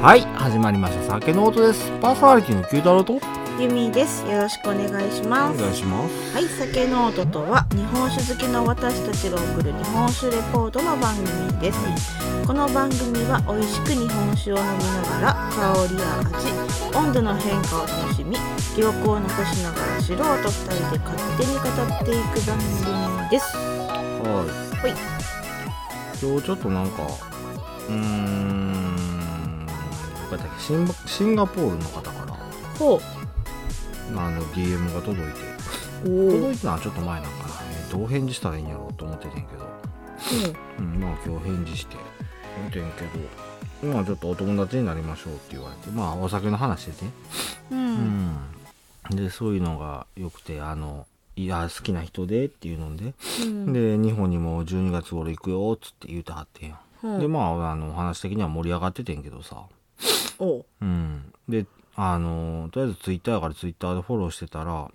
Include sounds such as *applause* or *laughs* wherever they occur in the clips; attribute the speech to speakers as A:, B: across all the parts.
A: はい始まりました酒の音ですパーソナリティの九太郎とお
B: ゆみです。よろしくお願いします。
A: 願いします
B: はい、酒ノートとは日本酒好きの私たちが送る日本酒レポートの番組です。この番組は美味しく日本酒を飲みながら香りや味、温度の変化を楽しみ、記録を残しながら素人二人で勝手に語っていく番組です。
A: はい
B: はい
A: 今日ちょっとなんかうーんどこやったっけシンバシンガポールの方から
B: ほう。
A: あの DM が届いて
B: お
A: 届いたのはちょっと前なんかな、えーどう返事したらいいんやろうと思っててんけど、うん、まあ今日返事して見てんけど今ちょっとお友達になりましょうって言われてまあお酒の話でね
B: うん。うん。
A: うん、でそういうのがよくてあのいや好きな人でっていうので、
B: うん。
A: で日本にも12月頃行くよっつって言うてはってんや、
B: うん
A: でまああのお話的には盛り上がっててんけどさ
B: おう。
A: うんであのとりあえずツイッターやからツイッターでフォローしてたら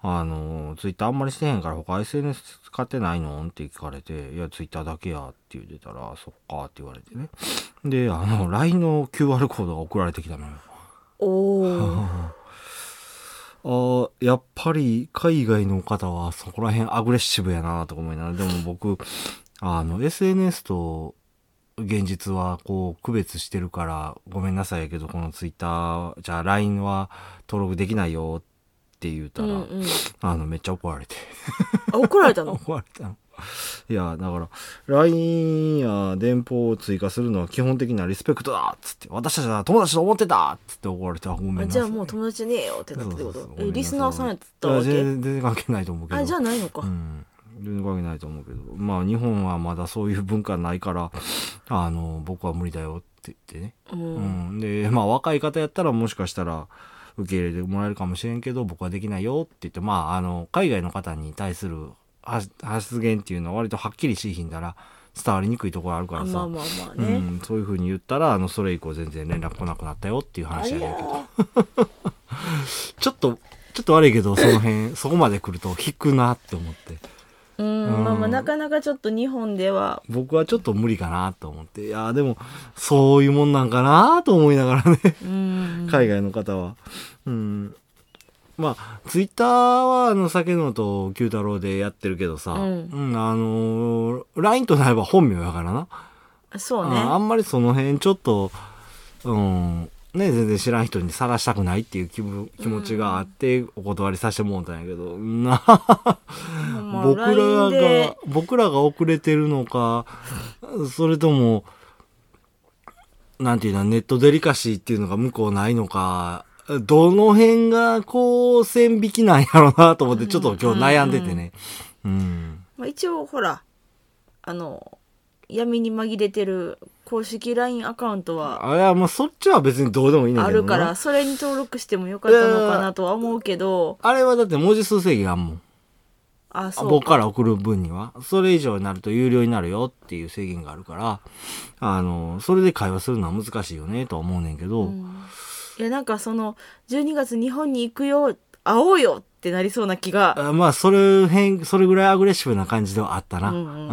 A: あのツイッターあんまりしてへんから他 SNS 使ってないのって聞かれて「いやツイッターだけや」って言ってたら「そっか」って言われてねであの LINE の QR コードが送られてきたのよ
B: おう。
A: あーやっぱり海外の方はそこら辺アグレッシブやなとか思いながらでも僕あの SNS と現実はこう区別してるからごめんなさいやけどこの Twitter じゃあ LINE は登録できないよって言うた
B: う
A: ら、
B: んうん。
A: あのめっちゃ怒られて *laughs*
B: あ怒られたの。
A: 怒られたのいやだから LINE や電報を追加するのは基本的なリスペクトだっつって私たちは友達と思ってたっつって怒られたごめんな
B: じ
A: さい
B: ゃあもう友達ねえよってなったってこ
A: そうそ
B: と
A: うそう
B: えリスナーさんやった
A: いや
B: わけ
A: 全然関係ないと思うけど
B: あじゃあないのか、
A: うん全然関係ないと思うけどまあ日本はまだそういう文化ないから *laughs* あの僕は無理だよって言ってね、
B: う
A: うんんでまあ若い方やったらもしかしたら受け入れてもらえるかもしれんけど僕はできないよって言ってまああの海外の方に対する発発言っていうのは割とはっきりしひんだら伝わりにくいところあるから
B: あ
A: さ、
B: まあまあまあね、
A: うん、そういうふうに言ったらあのそれ以降全然連絡来なくなったよっていう
B: あ
A: 話や
B: り
A: ねんけど
B: ゃ
A: ちょっとちょっと悪いけどその辺 *laughs* そこまで来ると引くなって思って。
B: うん、まあまあなかなかちょっと日本では
A: 僕はちょっと無理かなと思っていやーでもそういうもんなんかなと思いながらね
B: うん
A: 海外の方はうんまあツイッターはあの酒野と九太郎でやってるけどさ、
B: うん
A: うんあのー LINE となれば本名やからな、
B: そう
A: ああ
B: ね
A: んまりその辺ちょっとうんね全然知らん人にさらしたくないっていう気分気持ちがあってお断りさせてもらったんやけど、な
B: まあ
A: 僕ら
B: LINE
A: が
B: で
A: 僕らが遅れてるのかそれともなんていうのネットデリカシーっていうのが向こうないのかどの辺がこう線引きなんやろうなと思ってちょっと今日悩んでてねうん
B: まあ、一応ほらあの闇に紛れてる公式 LINE アカウントは
A: あれはもうそっちは別にどうでもいいんだ
B: あ
A: けど
B: る
A: な
B: からそれに登録してもよかったのかなとは思うけど
A: あれはだって文字数制限あんもん
B: あそう
A: 僕から送る分にはそれ以上になると有料になるよっていう制限があるからあのそれで会話するのは難しいよねとは思うねんけど、
B: いやなんかその12月日本に行くよ会おうよってなりそうな気が
A: あまあ、それ辺、それぐらいアグレッシブな感じではあったな。
B: うんうんうん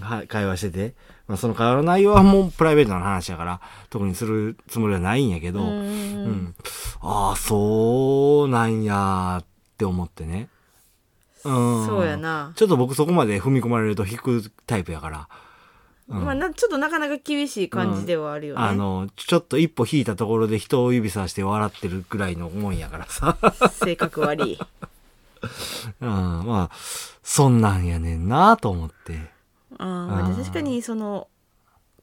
A: はい、会話してて。まあ、その会話の内容はもうプライベートな話やから、特にするつもりはないんやけど、
B: うんうんうん
A: うんああ、そうなんやって思ってね。うん。
B: そうや。な、
A: ちょっと僕そこまで踏み込まれると引くタイプやから、
B: まあなちょっとなかなか厳しい感じではあるよね、
A: あの、ちょっと一歩引いたところで人を指さして笑ってるぐらいのもんやから
B: *laughs*
A: さ。
B: 性格
A: *laughs*
B: 悪い
A: うん、まあ、そんなんやねんなと思って。
B: あーまあ確かにその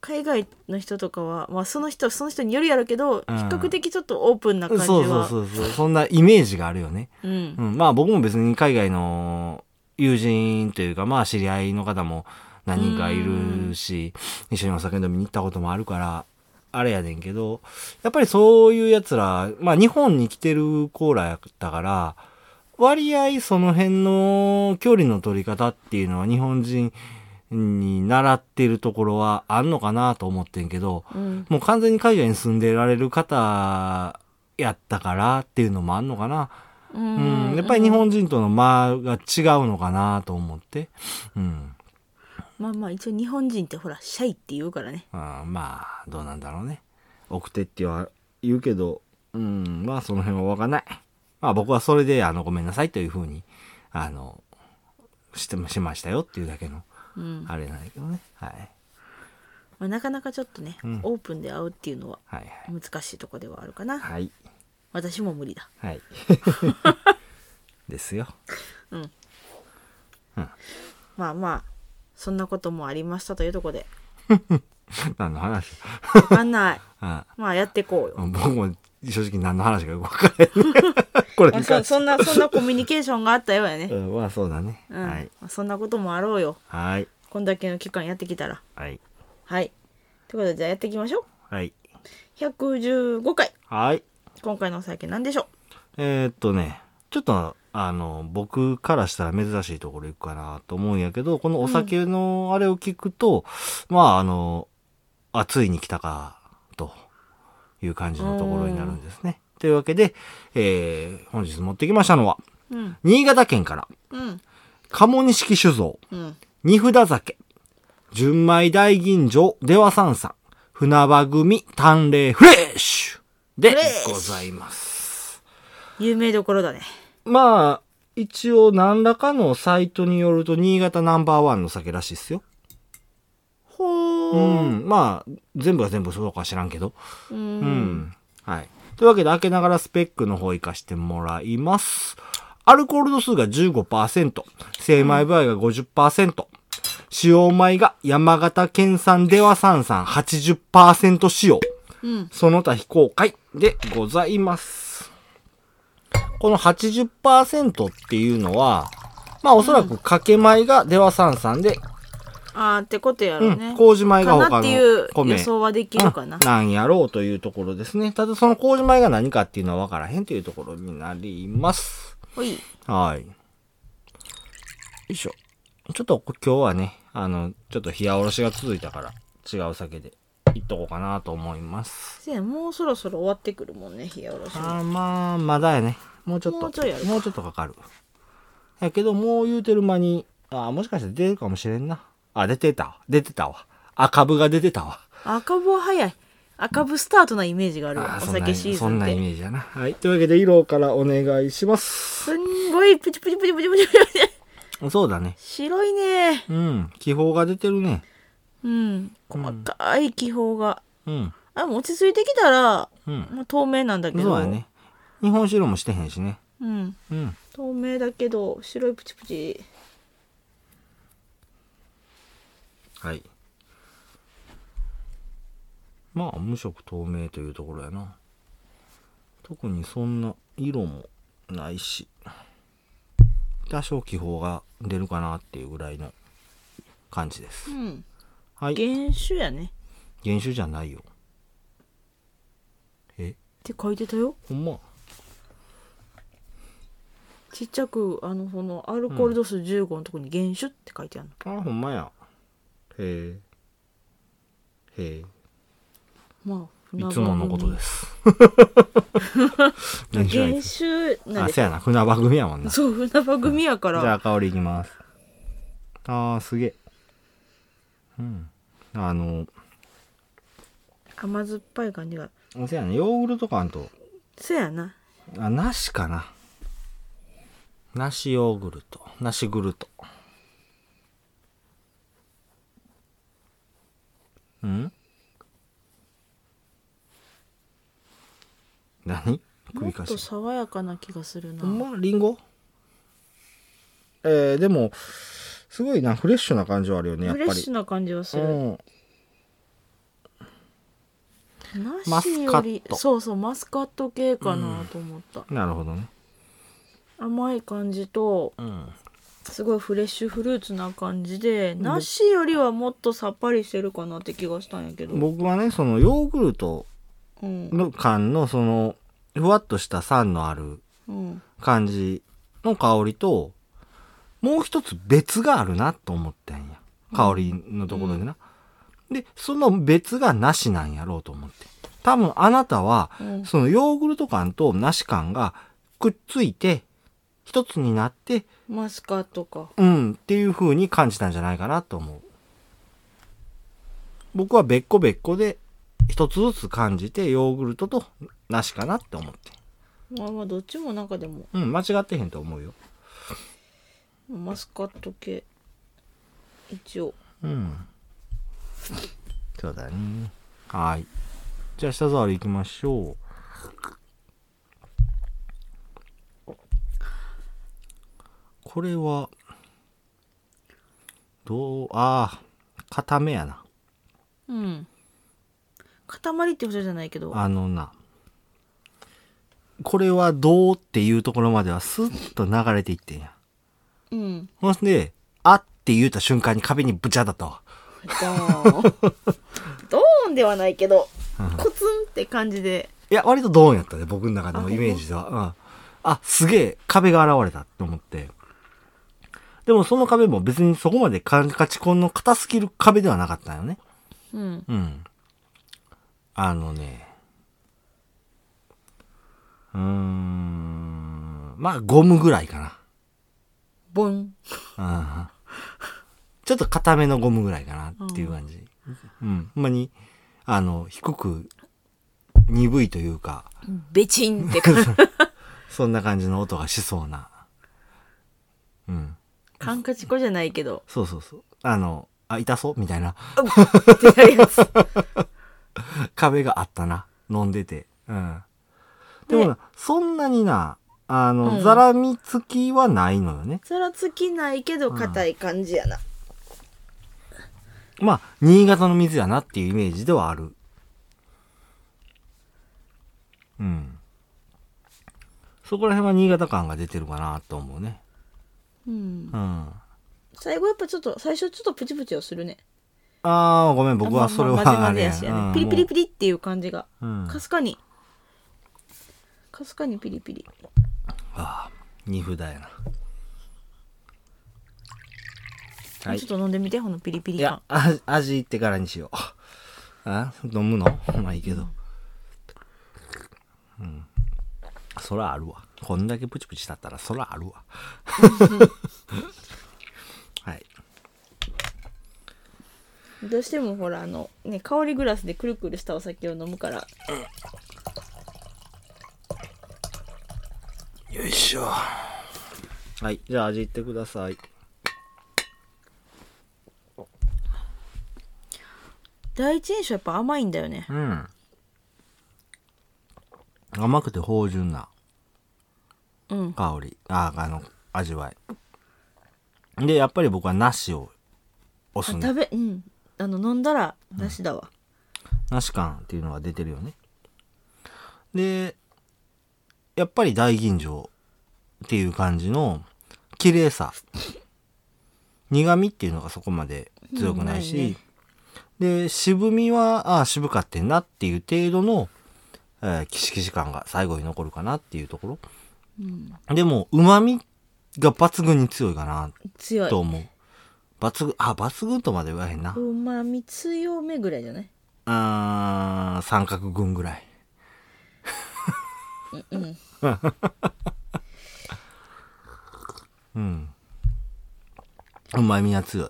B: 海外の人とかは、まあ、その人その人によるやるけど比
A: うん
B: 較的ちょっとオープンな感じは
A: そうそうそうそう。そんなイメージがあるよね。
B: うん
A: うん、まあ僕も別に海外の友人というかまあ知り合いの方も何人かいるし一緒にお酒飲みに行ったこともあるからあれやねんけどやっぱりそういうやつらまあ日本に来てるコーラやったから割合その辺の距離の取り方っていうのは日本人に習ってるところはあんのかなと思ってんけど、
B: うん
A: もう完全に海外に住んでられる方やったからっていうのもあんのかな。
B: う
A: うん
B: ん、
A: やっぱり日本人との間が違うのかなと思って。うん。
B: まあまあ一応日本人ってほらシャイって言うからね
A: あーまあ、どうなんだろうね。送ってっては言うけど、うん、まあその辺はわかんない。まあ僕はそれで、あの、ごめんなさいというふうに、あの、してもしましたよっていうだけの、
B: うん
A: あれなんだけどね。はい。
B: まあ、なかなかちょっとね、
A: うん
B: オープンで会うっていうのは
A: はい
B: 難しいとこではあるかな、
A: はい。はい。
B: 私も無理だ
A: はい。 *laughs* ですよ。
B: うん
A: うん
B: まあまあそんなこともありましたというとこで
A: 何の話 *laughs*
B: わかんない
A: あ
B: まあやっていこうよ
A: 僕も正直何の話かよく分からへんね。 *laughs* これ
B: まあ
A: に
B: そ
A: 関して
B: そんなそんなコミュニケーションがあったようやね、
A: うんまあそうだね。
B: うん
A: はい。
B: まあそんなこともあろうよ
A: はい。
B: こんだけの期間やってきたら
A: はい。
B: はいということでじゃあやっていきましょ
A: はい。
B: う115回
A: はい。
B: 今回のお酒何でしょ
A: えー、っとね、ちょっと、あの、僕からしたら珍しいところ行くかなと思うんやけど、このお酒のあれを聞くと、まあ、あの、あ、ついに来たか、という感じのところになるんですね。というわけで、えー、本日持ってきましたのは、
B: ううん
A: 新潟県から、
B: うん
A: 鴨錦酒造、
B: うん
A: 二札酒、純米大吟醸、出羽三三、船場組、淡麗フレッシュで
B: フレッシュ
A: ございます。
B: 有名どころだね
A: まあ、一応何らかのサイトによると、新潟ナンバーワンの酒らしいっすよ。
B: ほ
A: う
B: ー
A: ん。まあ、全部が全部そうかは知らんけど。
B: う
A: うんん。はい。というわけで、開けながらスペックの方行かしてもらいます。アルコール度数が15%、精米部合が50%、使用米が山形県産では産産80%使用。
B: うん
A: その他非公開でございます。この80%っていうのは、まあおそらく掛け米が出羽三三で、
B: あーってことや
A: う
B: ろ
A: ん、
B: ね、
A: 麹米が
B: かな
A: 他
B: っていう
A: の米
B: 予想はできるかな
A: うんなんやろうというところですね。ただその麹米が何かっていうのは分からへんというところになります。
B: ほい
A: はい。よいしょ。ちょっと今日はね、あの、ちょっと冷やおろしが続いたから、違う酒でいっとこうかなと思います。
B: せやもうそろそろ終わってくるもんね冷やおろしも
A: あーまあまだやねもうちょっと
B: もうちょいやるか
A: もうちょっとかかるやけどもう言うてる間にあーもしかして出るかもしれんなあ出てたわ出てたわあ株が出てたわ
B: 赤部は早い赤部スタートなイメージがあるわ
A: あー
B: お
A: そんな
B: 酒シーズ
A: そん
B: ンっ
A: なイ
B: て
A: メージやなはいというわけで色からお願いします
B: すんごいプチプチプチプチプチプチ
A: そうだね
B: 白いね
A: うん気泡が出てるね
B: うん細かい気泡が、
A: うん
B: あもう落ち着いてきたら、
A: うん
B: まあ、透明なんだけど
A: そうやね日本酒色もしてへんしね
B: うん
A: うん
B: 透明だけど白いプチプチ
A: はいまあ無色透明というところやな特にそんな色もないし多少気泡が出るかなっていうぐらいの感じです
B: うん
A: はい
B: 原酒やね
A: 原酒じゃないよえ
B: って書いてたよ
A: ほんま
B: ちっちゃくあのこのアルコール度数15のとこに原酒って書いてあるの、
A: あほんまやへえへえ
B: まあ
A: いつものことですす原
B: 原
A: *laughs* 酒はいつ
B: 酒なん
A: あ
B: で
A: せやな船場組やもんな
B: そう船場組やから
A: じゃあ香りいきますあーすげえうんあの
B: 甘酸っぱい感じが
A: せやねヨーグルト感と
B: せやな
A: あなしかななしヨーグルトなしグルトうん何繰
B: もっ
A: り返
B: と
A: し
B: 爽やかな気がするな、
A: ほんまリンゴえー、でもすごいなフレッシュな感じはあるよねやっ
B: フ
A: ぱ
B: レ
A: り
B: ッシュな感じはす
A: う
B: る、
A: ん
B: なしより
A: マスカット
B: そうそうマスカット系かなと思った、
A: なるほどね。
B: 甘い感じと
A: うん。
B: すごいフレッシュフルーツな感じでなしよりはもっとさっぱりしてるかなって気がしたんやけど、
A: 僕はね、そのヨーグルト
B: うん
A: の感の、その、ふわっとした酸のある
B: うん、
A: 感じの香りと、もう一つ別があるなと思ったんや。香りのところでな。で、その別がなしなんやろうと思って。多分あなたは、
B: うん
A: そのヨーグルト感となし感がくっついて、一つになって、
B: マスカットか
A: うん、っていう風に感じたんじゃないかなと思う。僕は別個別個で一つずつ感じてヨーグルトと梨かなって思って
B: まあまあどっちも中でも
A: うん間違ってへんと思うよ
B: マスカット系一応
A: うんそうだねはいじゃあ舌触りいきましょうこれはどうああ固めやな
B: うん塊ってことじゃないけど
A: あのな、これはどうっていうところまではスッと流れていってんや。
B: うん
A: ほんで、あって言うた瞬間に壁にぶち当たったわ。
B: ドーンドーンではないけどコツンって感じで
A: いや、割とドーンやったね、僕の中
B: あ
A: の
B: ほん
A: イ
B: ま
A: メージでは。うん。あ、すげえ、壁が現れたと思って。でもその壁も別にそこまでカチコンの硬すぎる壁ではなかったよね。
B: うん
A: うん。あのね。うーん。まあ、ゴムぐらいかな。
B: ボン
A: うんちょっと硬めのゴムぐらいかなっていう感じ。うん。ほんまに、あの、低く、鈍いというか、
B: ベチンって感じ
A: *laughs* そんな感じの音がしそうな。うん。
B: カンカチコじゃないけど
A: そうそうそう。あの、あ、痛そうみたいな。 *laughs*
B: ってなるやつ
A: 壁があったな。飲んでて。うん。でもな、そんなにな、あの、
B: うん
A: ざらみつきはないのよね。
B: そらつきないけど硬い感じやな
A: まあ、新潟の水やなっていうイメージではある。うん。そこら辺は新潟感が出てるかなと思うね。
B: うん
A: うん。あ
B: 最後やっぱちょっと最初ちょっとプチプチをするね
A: あー、ごめん、僕はそれ
B: あまあ
A: は
B: ま
A: あ
B: あ
A: れ
B: や
A: や。
B: し
A: う
B: や
A: ん
B: ねピリピリピリっていう感じが
A: うん
B: かすかにかすかにピリピリ
A: ああ、二札やな。はい
B: ちょっ。と飲んでみてこのピリピ
A: い
B: リ
A: や
B: 感、
A: あ味いってからにしよう。 *laughs* あ飲むのまあいいけど。うん。そらあるわ。こんだけプチプチだったらそらあるわ。
B: *laughs*
A: はい。
B: どうしてもほらあのね香りグラスでくるくるしたお酒を飲むから
A: よいしょ。はい。じゃあ味いってください。
B: 第一印象やっぱ甘いんだよね
A: うん。甘くて芳醇な
B: うん
A: 香り。あ、あの、味わい。で、やっぱり僕は梨を
B: あ
A: 押すね
B: 食べうんあの飲んだらなしだわ
A: なし感っていうのが出てるよね。で、やっぱり大吟醸っていう感じの綺麗さ。苦味っていうのがそこまで強くないし、
B: うんないね
A: で、渋みは、ああ、渋かってんなっていう程度の、えー、キシキシ感が最後に残るかなっていうとこ
B: うん
A: ろ。でも、旨味が抜群に強いかな
B: 強い
A: と思う。抜群、あ、抜群とまでは言わへんな
B: う。まみ強めぐらいじゃない
A: あー三角群ぐらい。 *laughs* うん。うまみが強い。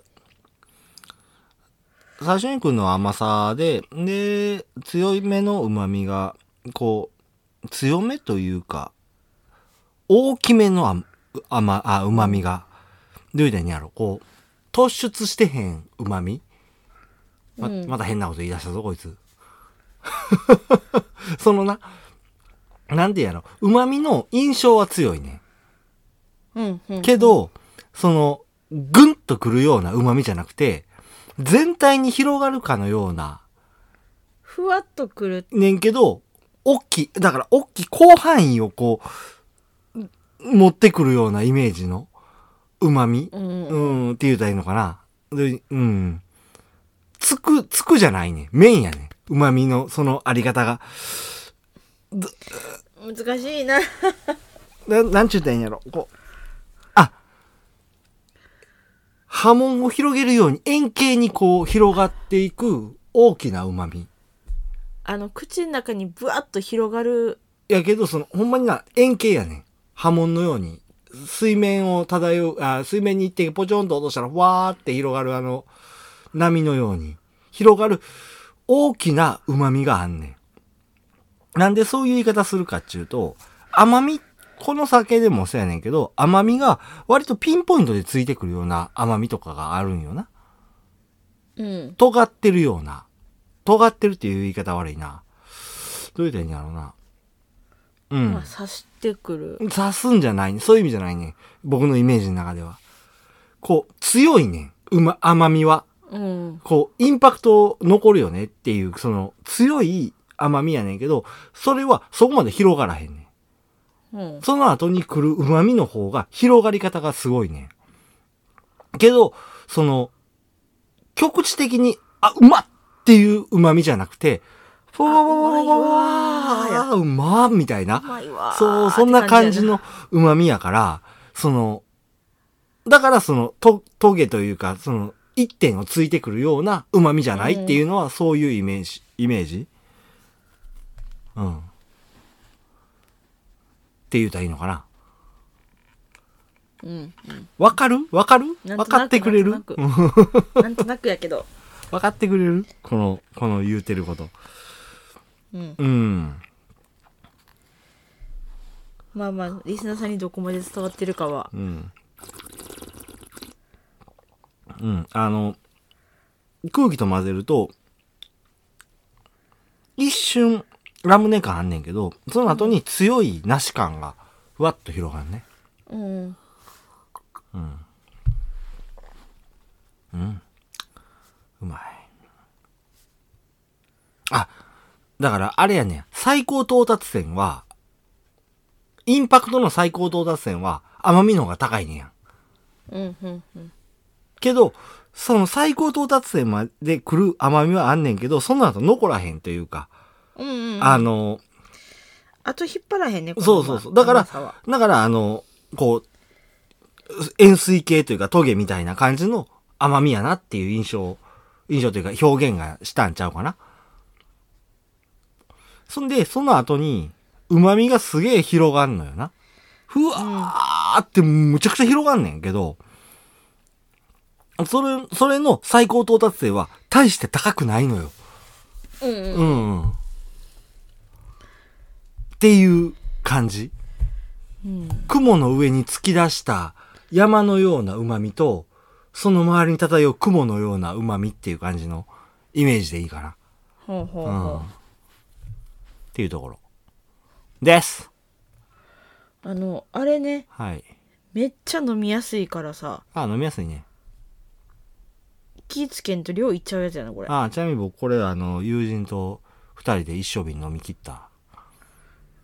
A: 最初に来るのは甘さで、で、強めのうまみが、こう、強めというか、大きめの甘、甘、あ、うまみが、どういうにやろう、こう、突出してへんうまみま、
B: うん
A: また変なこと言い出したぞ、こいつ。 *laughs* そのな、なんてやろう、うまみの印象は強いねん。
B: うんうん
A: けど、その、ぐんとくるような旨味じゃなくて、全体に広がるかのような、
B: ふわっとくる
A: ねんけど、大きい、だから大きい広範囲をこう、持ってくるようなイメージの旨味
B: うん
A: う、ん、って言うたらいいのかな。でうん。つく、つくじゃないねん。麺やねん。旨味のそのあり方が。
B: 難しいな
A: ななんちゅうたらいいんやろ。こう。あ波紋を広げるように円形にこう広がっていく大きな旨味。
B: あの口の中にぶわっと広がる
A: やけど、その、ほんまにな、円形やねん。波紋のように。水面を漂う、あ水面に行ってポチョンと落としたら、わーって広がるあの、波のように。広がる大きな旨味があんねん。なんでそういう言い方するかっていうと、甘み、この酒でもそうやねんけど、甘みが割とピンポイントでついてくるような甘みとかがあるんよな。
B: うん。
A: 尖ってるような。尖ってるっていう言い方悪いな。どう言ったらいいんやろうな。うん。
B: まあ、刺してくる。
A: 刺すんじゃないね。そういう意味じゃないね。僕のイメージの中では。こう、強いねん。うま、甘みは。
B: うん。
A: こう、インパクト残るよねっていう、その、強い甘みやねんけど、それはそこまで広がらへんねん。
B: うん。
A: その後に来る旨味の方が広がり方がすごいねん。けど、その、局地的に、あ、うまっっていう旨味じゃなくて、ふわわわわわわーうまっみたいな
B: う。まいわー
A: そう、そんな感じ
B: っ
A: の
B: て
A: 旨味やから、その、だからその、と、トゲというか、その、一点をついてくるような旨味じゃないっていうのは、そういうイメージ、イメージうん。って言うたらいいのかな。
B: 感じやな。うん。
A: わかるわかる
B: なんとなく
A: わかってくれる
B: な
A: わ
B: んとなくなんとなくやけど。
A: かってくれるこの、この言うてること。
B: うん。
A: うん。
B: まあまあ、リスナーさんにどこまで伝わってるかは。
A: うん。うん、あの、空気と混ぜると、一瞬、ラムネ感あんねんけど、その後に強い梨感が、ふわっと広がるね。
B: うん。
A: うまい。あ、だから、あれやねん。最高到達点は、インパクトの最高到達点は、甘みの方が高いねんやん。
B: うん、うん、うん。
A: けど、その最高到達点まで来る甘みはあんねんけど、その後残らへんというか、
B: うん、うん。
A: あの、
B: あと引っ張らへんね、この
A: そうそうそう。だから、
B: 甘さは
A: だからあの、こう、円錐形というかトゲみたいな感じの甘みやなっていう印象、印象というか表現がしたんちゃうかな。そんで、その後に、旨味がすげえ広がんのよな。ふわーってむちゃくちゃ広がんねんけど、それ、それの最高到達点は大して高くないのよ。
B: うん、うん。
A: うん。っていう感じ。雲の上に突き出した山のような旨味と、その周りに漂う雲のような旨味っていう感じのイメージでいいか
B: ほうほう
A: な。うん。
B: ほ
A: っ
B: う。
A: ていうところ。です。
B: あの、あれね、
A: はい。
B: めっちゃ飲みやすいからさ、
A: あ、飲みやすいね。
B: 気ぃつけんと量いっちゃうやつやな、これ。
A: あ、ちなみに僕これあの、友人と二人で一生瓶飲み切った。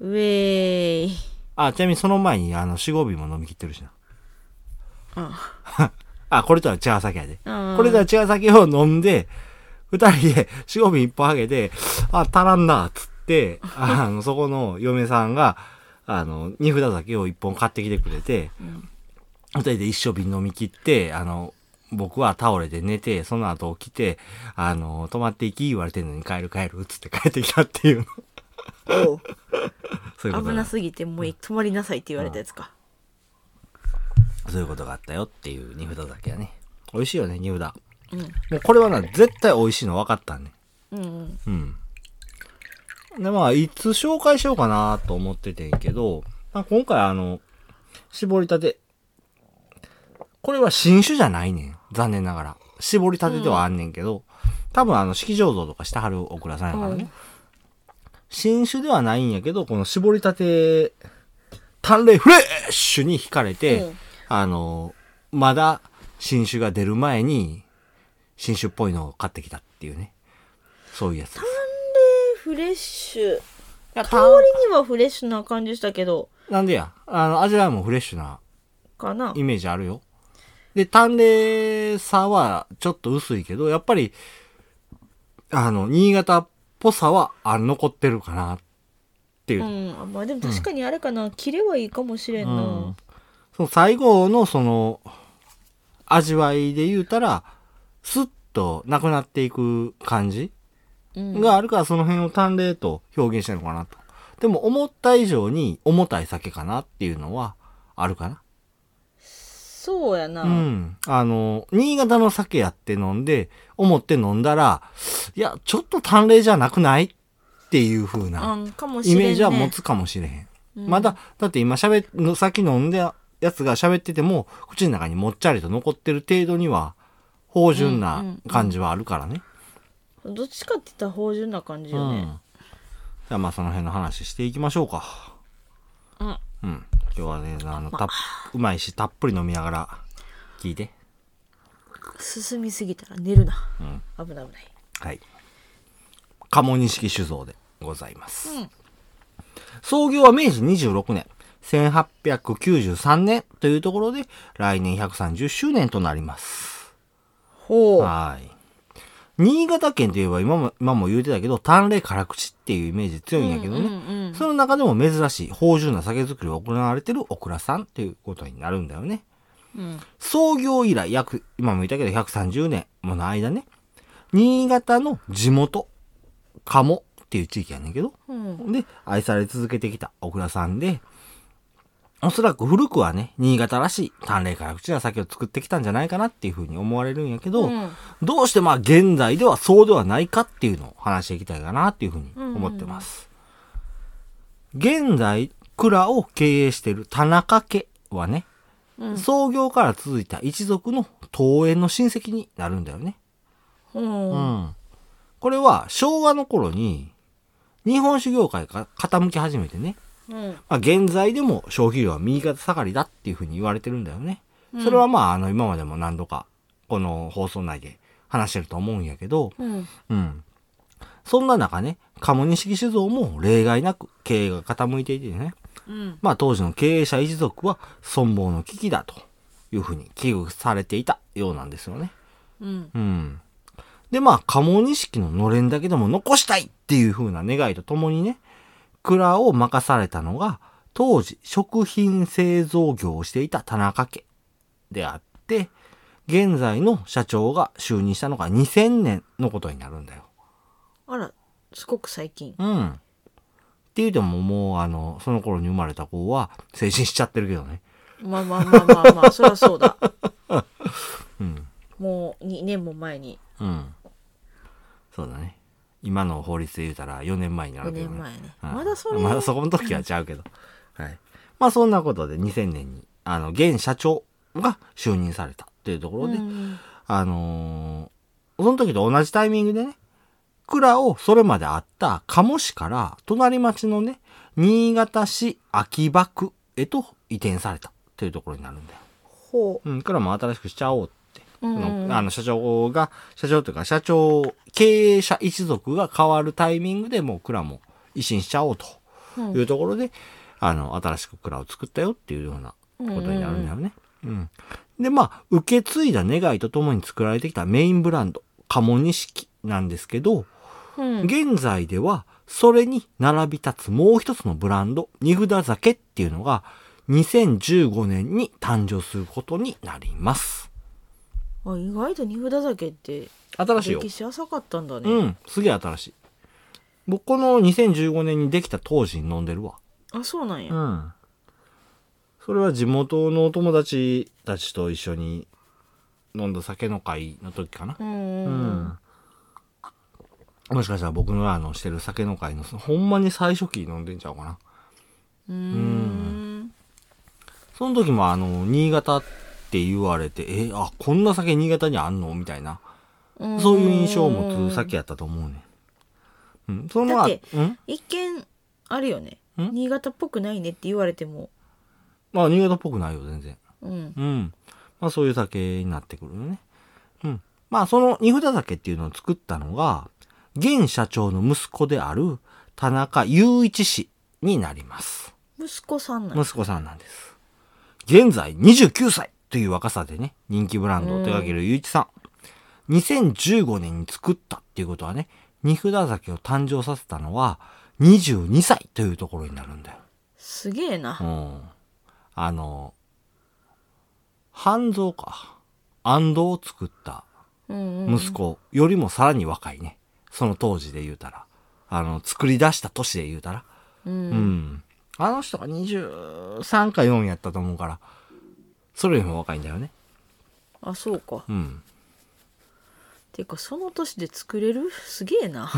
B: うえーい。
A: あ、ちなみにその前にあの、四合瓶も飲み切ってるしな。
B: あ
A: *laughs* あ、これとは違う酒やで。
B: あ
A: これでは違う酒を飲んで、二人で四合瓶一本あげて、あ、足らんな、っつ
B: *laughs*
A: って、あの、そこの嫁さんが、あの、二札酒を一本買ってきてくれて、二人で一生瓶飲み切って、あの、僕は倒れて寝て、その後起きて、あの、泊まっていき言われてんのに帰る帰るっつって帰ってきたっていう、
B: おう
A: *laughs* そういうこと
B: 危
A: が
B: な、すぎてもう止まりなさいって言われたやつか。
A: そういうことがあったよっていう二札酒やね。美味しいよね、二札。
B: うん。
A: もうこれはな、絶対美味しいの分かったね。
B: うんうん。
A: うん。で、まあ、いつ紹介しようかなと思っててんけど、まあ、今回あの、絞りたて。これは新種じゃないねん。残念ながら。絞りたてではあんねんけど、多分あの、式醸造とかしてはるお蔵さんやからね。
B: うん
A: 新種ではないんやけど、この絞りたて、淡麗フレッシュに惹かれて、
B: うん
A: あの、まだ新種が出る前に、新種っぽいのを買ってきたっていうね。そういうやつです。
B: フレッシュ。
A: や
B: 香りにはフレッシュな感じしたけど、
A: なんでや。あの、味わいもフレッシュな
B: かな。
A: イメージあるよ。で、淡麗さはちょっと薄いけど、やっぱり、あの、新潟っぽさは、あ残ってるかなっていう。
B: うん。あまあでも確かにあれかな、切れはいいかもしれんな。
A: うんその最後のその、味わいで言うたら、スッとなくなっていく感じ
B: うん
A: があるから、その辺を淡麗と表現してるのかなと。でも、思った以上に重たい酒かなっていうのは、あるかな。
B: そうやな、
A: うん。あの、新潟の酒やって飲んで、思って飲んだら、いや、ちょっと淡麗じゃなくないっていう風
B: あ
A: なん
B: かもしれ
A: イ
B: ん、ね、
A: メージは持つかもしれへん。まだ、だって今喋っの、さっき飲んだやつが喋ってても、口の中にもっちゃりと残ってる程度には、芳醇
B: うんうん
A: な
B: うん
A: 感じはあるからね。
B: どっちかって言ったら芳醇な感じ
A: うん。
B: よね、
A: じゃあまあその辺の話していきましょうか。
B: うん。
A: うん。今日はね、あの、たっうまいし、たっぷり飲みながら聞いて。
B: 進みすぎたら寝るな、危ない危ない
A: はい。鴨錦酒造でございます。
B: うん
A: 創業は明治26年、1893年というところで、来年130周年となります。
B: ほう
A: はい。新潟県といえば今も、今も言うてたけど、淡麗辛口っていうイメージ強いんやけどね。
B: うんうんうん
A: その中でも珍しい、芳醇な酒造りが行われてるオクラさんっていうことになるんだよね。
B: うん
A: 創業以来約、今も言ったけど130年もの間ね、新潟の地元、鴨っていう地域やねんけど、
B: うん
A: で、愛され続けてきた小倉さんで、おそらく古くはね、新潟らしい淡麗辛口な酒を作ってきたんじゃないかなっていうふうに思われるんやけど、
B: うん
A: どうしてまあ現代ではそうではないかっていうのを話していきたいかなっていうふうに思ってます。現代蔵を経営している田中家はね、創業から続いた一族の桃園の親戚になるんだよね。
B: うん
A: うん。これは昭和の頃に日本酒業界が傾き始めてね、
B: うん
A: まあ、現在でも消費量は右肩下がりだっていうふうに言われてるんだよね。それはまああの今までも何度かこの放送内で話してると思うんやけど、
B: うん
A: うん。そんな中ね、鴨錦酒造も例外なく経営が傾いていてね、
B: うん
A: まあ当時の経営者一族は存亡の危機だというふうに危惧されていたようなんですよね。
B: うん
A: うん。で、まあ、鴨錦ののれんだけでも残したいっていう風な願いとともにね、蔵を任されたのが、当時食品製造業をしていた田中家であって、現在の社長が就任したのが2000年のことになるんだよ。
B: あらすごく最近
A: うん。っていうてももうあの、その頃に生まれた子は成人しちゃってるけどね。
B: まあまあまあまあまあそりゃそうだ、もう2年も前に
A: うん。そうだね。今の法律で言うたら4年前にな
B: 5
A: るけどね。
B: 年前ね
A: はい
B: まだそれ、
A: まだそこの時はちゃう
B: *laughs*
A: けど。はい。まあそんなことで2000年に、あの、現社長が就任されたっていうところで、
B: うん
A: あのーその時と同じタイミングでね、蔵をそれまであった鴨市から隣町のね、新潟市秋葉区へと移転されたっていうところになるんだよ。
B: ほ
A: うん、蔵も新しくしちゃおうって。
B: う、うん
A: そ
B: うん
A: のあの社長が、社長というか社長、経営者一族が変わるタイミングでもう蔵も一新しちゃおうと
B: うん
A: いうところで、あの、新しく蔵を作ったよっていうようなことになるんだよね。うん。で、まあ、受け継いだ願いとともに作られてきたメインブランド、鴨錦なんですけど、
B: うん
A: 現在では、それに並び立つもう一つのブランド、荷札酒っていうのが、2015年に誕生することになります。
B: あ意外と荷札酒って
A: 新しいよ
B: 歴。史浅かったんだね、
A: うん、すげえ新しい。僕この2015年にできた当時に飲んでるわ。
B: あそうなんや、
A: うん。それは地元のお友達たちと一緒に飲んだ酒の会の時かな。
B: うん
A: う
B: うん
A: ん。もしかしたら僕のあのしてる酒の会のほんまに最初期飲んでんちゃうかな。
B: うーん
A: その時もあの、新潟って言われて、え、あ、こんな酒新潟にあんのみたいな。
B: うん
A: そういう印象を持つ酒やったと思うね。うん。そのあ、
B: だって
A: うん
B: 一見あるよね
A: ん
B: 新潟っぽくないねって言われても
A: まあ、新潟っぽくないよ、全然。
B: うん
A: うん。まあそういう酒になってくるよね。うん。まあその二札酒っていうのを作ったのが、現社長の息子である田中雄一氏になります。
B: 息子さんなんや
A: 息子さんなんです。現在29歳という若さでね、人気ブランドを手掛ける雄一さん。2015年に作ったっていうことはね、二札酒を誕生させたのは22歳というところになるんだよ。
B: すげえな
A: うん。あの、半蔵か。安藤を作った
B: うんうん
A: 息子よりもさらに若いね。その当時で言うたら。あの、作り出した年で言うたら。
B: う
A: うんん。あの人が23か4やったと思うから、それよりも若いんだよね。
B: あそうか
A: うん。
B: ていうかその年で作れるすげ
A: *laughs*
B: えな、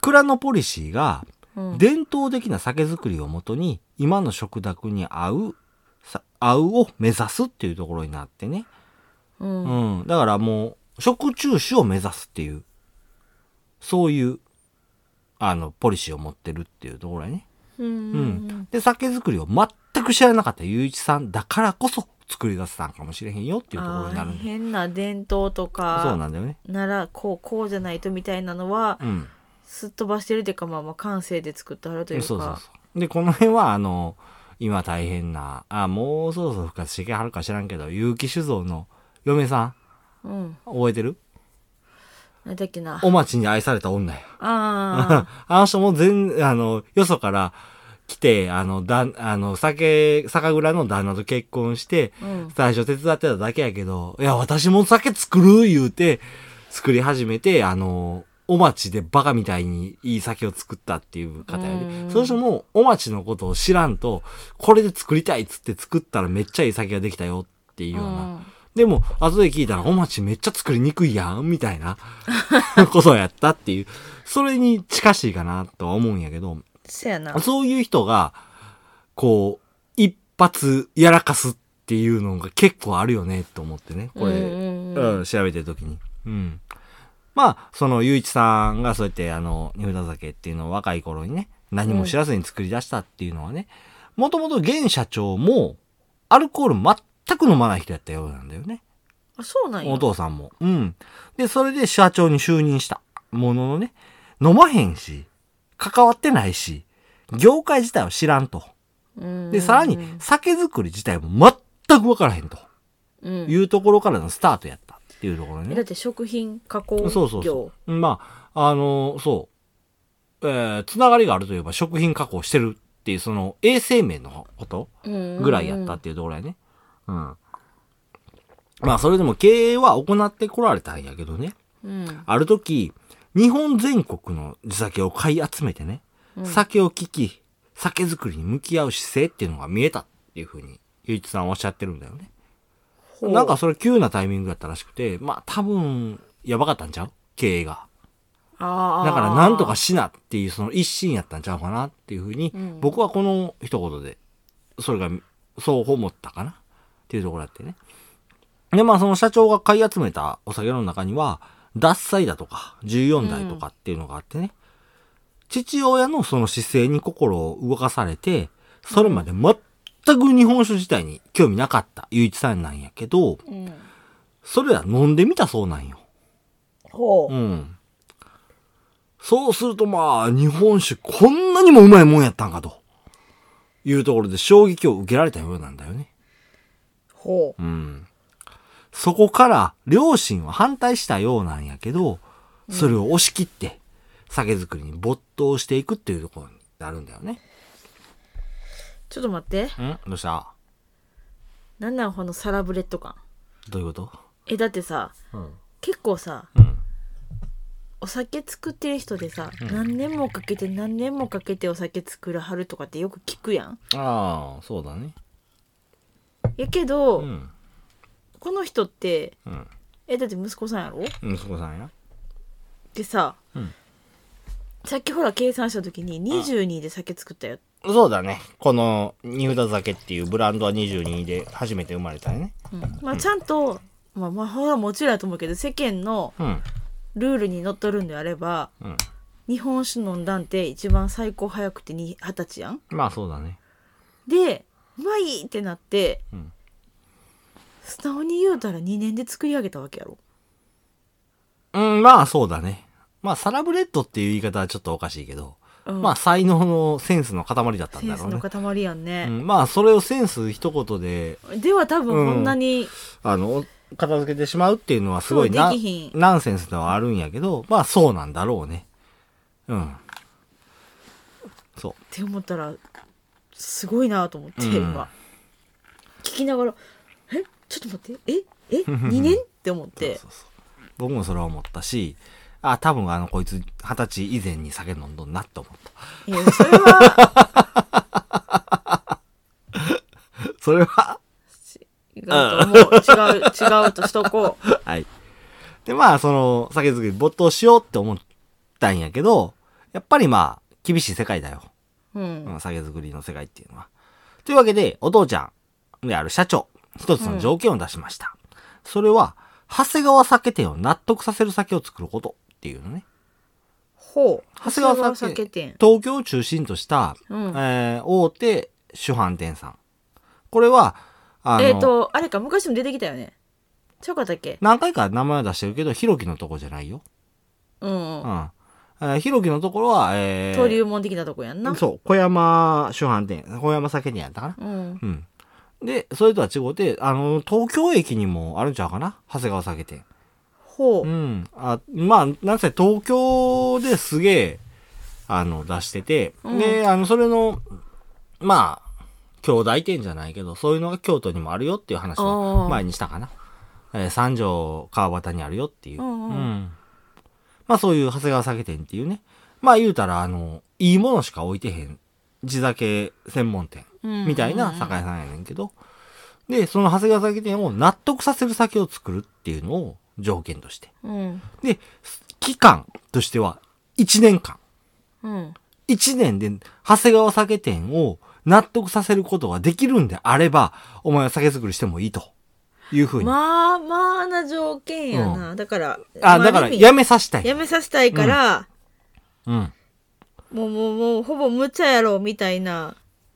A: 蔵のポリシーが、
B: うん、
A: 伝統的な酒造りをもとに、今の食卓に合う、さ合うを目指すっていうところになってね。
B: うん
A: うん。だからもう、食中酒を目指すっていう、そういう、あの、ポリシーを持ってるっていうところやね。
B: うん
A: うん。で、酒造りを全く知らなかった雄一さんだからこそ作り出せたんかもしれへんよっていうところになる
B: あー
A: んで。
B: 変な伝統とか
A: そうなんだよね。
B: ならこうこうじゃないとみたいなのは
A: うん。
B: すっ飛ばしてるっていうかまあまあ感性で作ってはるというか
A: そうそうそう。で、この辺は、あの、今大変な、あ、もうそろそろ復活してはるか知らんけど、結城酒造の嫁さん、
B: うん
A: 覚えてる
B: なんだっけな
A: お町に愛された女や。
B: あ
A: *laughs* あの人も全、あの、よそから来て、あの、だん、あの、酒、酒蔵の旦那と結婚して、
B: あ、うん、
A: 最初手伝ってただけやけど、いや、私も酒作る言うて、作り始めて、あの、お町でバカみたいにいい酒を作ったっていう方や
B: う
A: で、
B: ん
A: その人もお町のことを知らんと、これで作りたいっつって作ったらめっちゃいい酒ができたよって *laughs* いうような。
B: うん
A: でも、後で聞いたら、お待ちめっちゃ作りにくいやん、みたいな、 *laughs* ことをやったっていう、それに近しいかなとは思うんやけど、
B: そやな
A: そういう人が、こう、一発やらかすっていうのが結構あるよね、と思ってね、これ、
B: うんうんうん
A: うん調べてるときに。うん。まあ、その、ゆういちさんがそうやって、あの、二札酒っていうのを若い頃にね、何も知らずに作り出したっていうのはね、もともと現社長も、アルコール全く飲まない人やったようなんだよね。
B: あそうなんや
A: お父さんも。うん。で、それで社長に就任した。もののね、飲まへんし、関わってないし、業界自体を知らんと。
B: うん
A: で、さらに、酒造り自体も全くわからへんと
B: うん
A: いうところからのスタートやったっていうところ
B: だっ
A: ね。
B: て食品加工業
A: そうそうそう。まあ、あの、そう。えー、つながりがあるといえば食品加工してるっていう、その衛生面のことぐらいやったっていうところやね。うん。まあ、それでも経営は行ってこられたんやけどね。
B: うん
A: ある時、日本全国の地酒を買い集めてね、酒を聞き、酒造りに向き合う姿勢っていうのが見えたっていうふうに、ゆういちさんはおっしゃってるんだよね。
B: ほう
A: なんかそれ急なタイミングだったらしくて、まあ多分、やばかったんちゃう経営が。
B: あー
A: だからなんとかしなっていうその一心やったんちゃうかなっていうふうに、僕はこの一言で、それが、そう思ったかなっていうところだってね。で、まあその社長が買い集めたお酒の中には、獺祭だとか、14代とかっていうのがあってね、父親のその姿勢に心を動かされて、それまで全く日本酒自体に興味なかった、ゆういちさんなんやけど、
B: うん
A: それら飲んでみたそうなんよ。
B: ほう
A: うん。そうするとまあ、日本酒こんなにもうまいもんやったんかと。いうところで衝撃を受けられたようなんだよね。
B: ほう
A: うん。そこから両親は反対したようなんやけど、それを押し切って酒造りに没頭していくっていうところになるんだよね。
B: ちょっと待って
A: うんどうした
B: なんなんこのサラブレッド感
A: どういうこと
B: えだってさ
A: うん。
B: 結構さ
A: うん。
B: お酒作ってる人でさ、何年もかけて何年もかけてお酒作らはるとかってよく聞くやん
A: ああ、そうだね。
B: やけど、
A: うん。
B: この人って
A: うん。
B: えだって息子さんやろ
A: 息子さんや。
B: でさ、
A: うん
B: さっきほら計算した時に22で酒作ったよ
A: そうだね。この、ニューダ酒っていうブランドは22で初めて生まれたね。
B: まあちゃんと、まあ、まあほらもちろんやと思うけど世間の
A: うん。
B: ルールにのっとるんであれば
A: うん。
B: 日本酒飲んだんって一番最高早くてに二十歳やん
A: まあそうだね。
B: でうまいってなって、
A: うん
B: 素直に言うたら2年で作り上げたわけやろ
A: うん、まあそうだね。まあサラブレッドっていう言い方はちょっとおかしいけど、
B: うん
A: まあ才能のセンスの塊だったん
B: セ
A: だ
B: ンス
A: ろう
B: の
A: ね。
B: 塊やんね
A: う、ん、まあそれをセンス一言で、
B: では多分こんなに、
A: あの、片付けてしまうっていうのはすごいな
B: そうできひ、ん
A: ナンセンスではあるんやけど、まあそうなんだろうね。うん。そ
B: って思ったらすごいなと思って、
A: うん
B: 今聞きながら「えちょっと待ってえ
A: *laughs*
B: え2年?」って思っ
A: う。そう
B: て
A: そうそう僕もそれは思ったし、あ、多分あのこいつ二十歳以前に酒飲んどんなって思った。
B: いやそれは
A: それは、
B: と思う。違う、
A: *laughs*
B: 違うとしとこう。
A: はい。で、まあ、その、酒造り没頭しようって思ったんやけど、やっぱりまあ、厳しい世界だよ。
B: う。
A: うんん、酒造りの世界っていうのは。というわけで、お父ちゃんである社長、一つの条件を出しました。それは、長谷川酒店を納得させる酒を作ることっていうのね。
B: ほう。
A: 長谷川酒
B: 酒店。
A: 東京を中心とした、
B: うん
A: えー大手主販店さん。これは、あの、
B: えっ、と、あれか、昔も出てきたよね。ちゃうかったっけ
A: 何回か名前は出してるけど、ひろきのとこじゃないよ。
B: うん。
A: うん。えーひろきのところは、えー
B: 登竜門的なとこやんな。
A: そう、小山主販店、小山酒店やったかな。
B: うん。
A: うん。で、それとは違うて、あの、東京駅にもあるんちゃうかな長谷川酒店。
B: ほ
A: う
B: う。
A: ん。あ、まあ、なんせ東京ですげえ、あの、出してて、
B: うん
A: で、あの、それの、まあ、兄弟店じゃないけど、そういうのが京都にもあるよっていう話
B: あ
A: を
B: ー
A: 前にしたかな。えー三条川端にあるよっていう。
B: うんうん
A: まあ、そういう長谷川酒店っていうね。まあ、言うたら、あの、いいものしか置いてへん。地酒専門店。
B: うん
A: みたいな酒屋さんやねんけど、で、その長谷川酒店を納得させる酒を作るっていうのを条件として。
B: うん。
A: で、期間としては1年間。
B: うん。
A: 1年で長谷川酒店を納得させることができるんであれば、お前は酒作りしてもいいというふうに。
B: まあまあな条件やな。だから、
A: あ、
B: ま
A: だから
B: る意味
A: やめさせたい。
B: やめさせたいから、
A: うん。
B: もうもうもうほぼ無茶やろみたいな。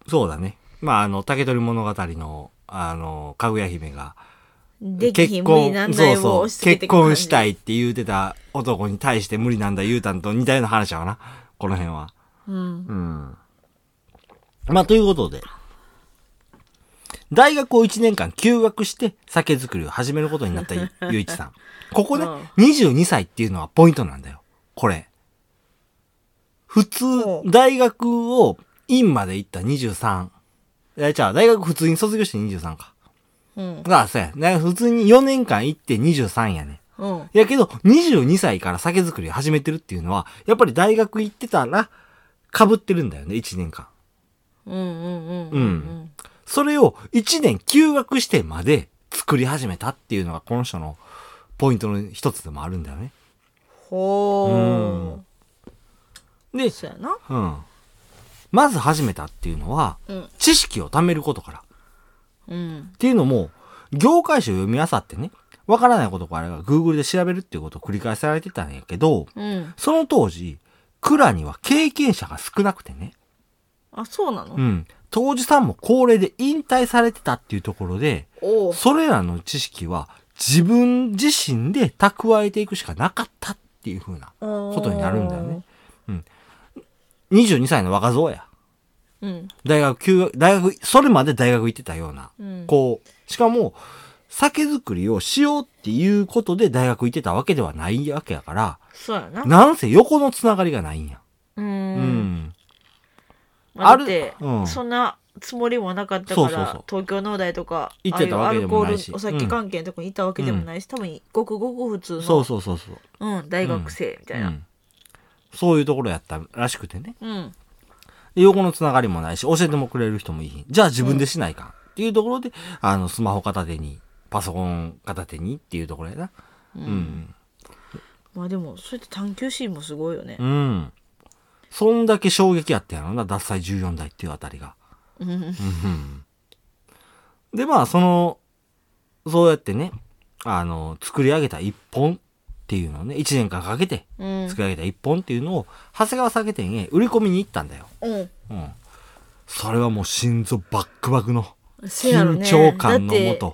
A: そうだね。まあ、あの、竹取物語の、あの、かぐや姫が、
B: できひん無理なんだよを押し付けて
A: 結婚した
B: い。
A: いって言うてた男に対して無理なんだ言うたんと似たような話やわな。この辺は。
B: うん。
A: うん。まあ、ということで。大学を1年間休学して酒造りを始めることになった
B: *laughs*
A: ゆゆういちさん。ここね、
B: うん
A: 22歳っていうのはポイントなんだよ。これ。普通
B: ほ、う
A: 大学を院まで行った23。え、じゃあ、大学普通に卒業して23か。
B: うん。
A: あ、そうや。ね普通に4年間行って23やね。
B: うん。
A: やけど、22歳から酒造り始めてるっていうのは、やっぱり大学行ってたら、被ってるんだよね、1年間。
B: うんうんうん
A: う
B: うんん。
A: それを1年休学してまで作り始めたっていうのが、この人のポイントの一つでもあるんだよね。
B: ほう。
A: で、
B: そうやな。
A: うん。まず始めたっていうのは、
B: うん。
A: 知識を貯めることから。
B: うん
A: っ。ていうのも、業界誌を読み漁ってね、わからないことがあれば、Google で調べるっていうことを繰り返されてたんやけど、
B: うん。
A: その当時、蔵には経験者が少なくてね。
B: あ、そうなの
A: うん。当時さんも高齢で引退されてたっていうところで、
B: おう。
A: それらの知識は自分自身で蓄えていくしかなかったっていう風な
B: こ
A: ことになるんだよね。。うん。22歳の若造や。
B: うん。
A: 大学休学、大学、それまで大学行ってたような
B: うん。
A: こう、しかも、酒造りをしようっていうことで大学行ってたわけではないわけやから、
B: そうやな。
A: なんせ横のつながりがないんや。
B: う。
A: うんん。
B: まあ
A: ある
B: だって
A: うん、
B: そんなつもりもなかったか
A: そうそうそう
B: ら、東京農大とか、
A: 行ってたわけでもないし
B: ああうアルコール、お酒関係のとこにいたわけでもないし、多分、ごくごく普通
A: そう
B: の、
A: そうそうそう。
B: うん、大学生みたいうな。
A: ん。そういうところやったらしくてね。
B: うん。
A: で横のつながりもないし、教えてもくれる人もいい。じゃあ自分でしないか。っていうところで、あの、スマホ片手に、パソコン片手にっていうところやな。うん。
B: まあでも、そうやって探求心もすごいよね
A: う。ん。そんだけ衝撃やったやろな、脱祭14代っていうあたりが。
B: うん。
A: で、まあ、その、そうやってね、あの、作り上げた一本っていうのをね、一年間かけて
B: うん。
A: 作り上げた一本っていうのを、長谷川酒店へ売り込みに行ったんだよ。
B: うん。
A: うん。それはもう心臓バックバクの
B: せやろ
A: 緊
B: ね
A: 張感のも
B: だっ
A: と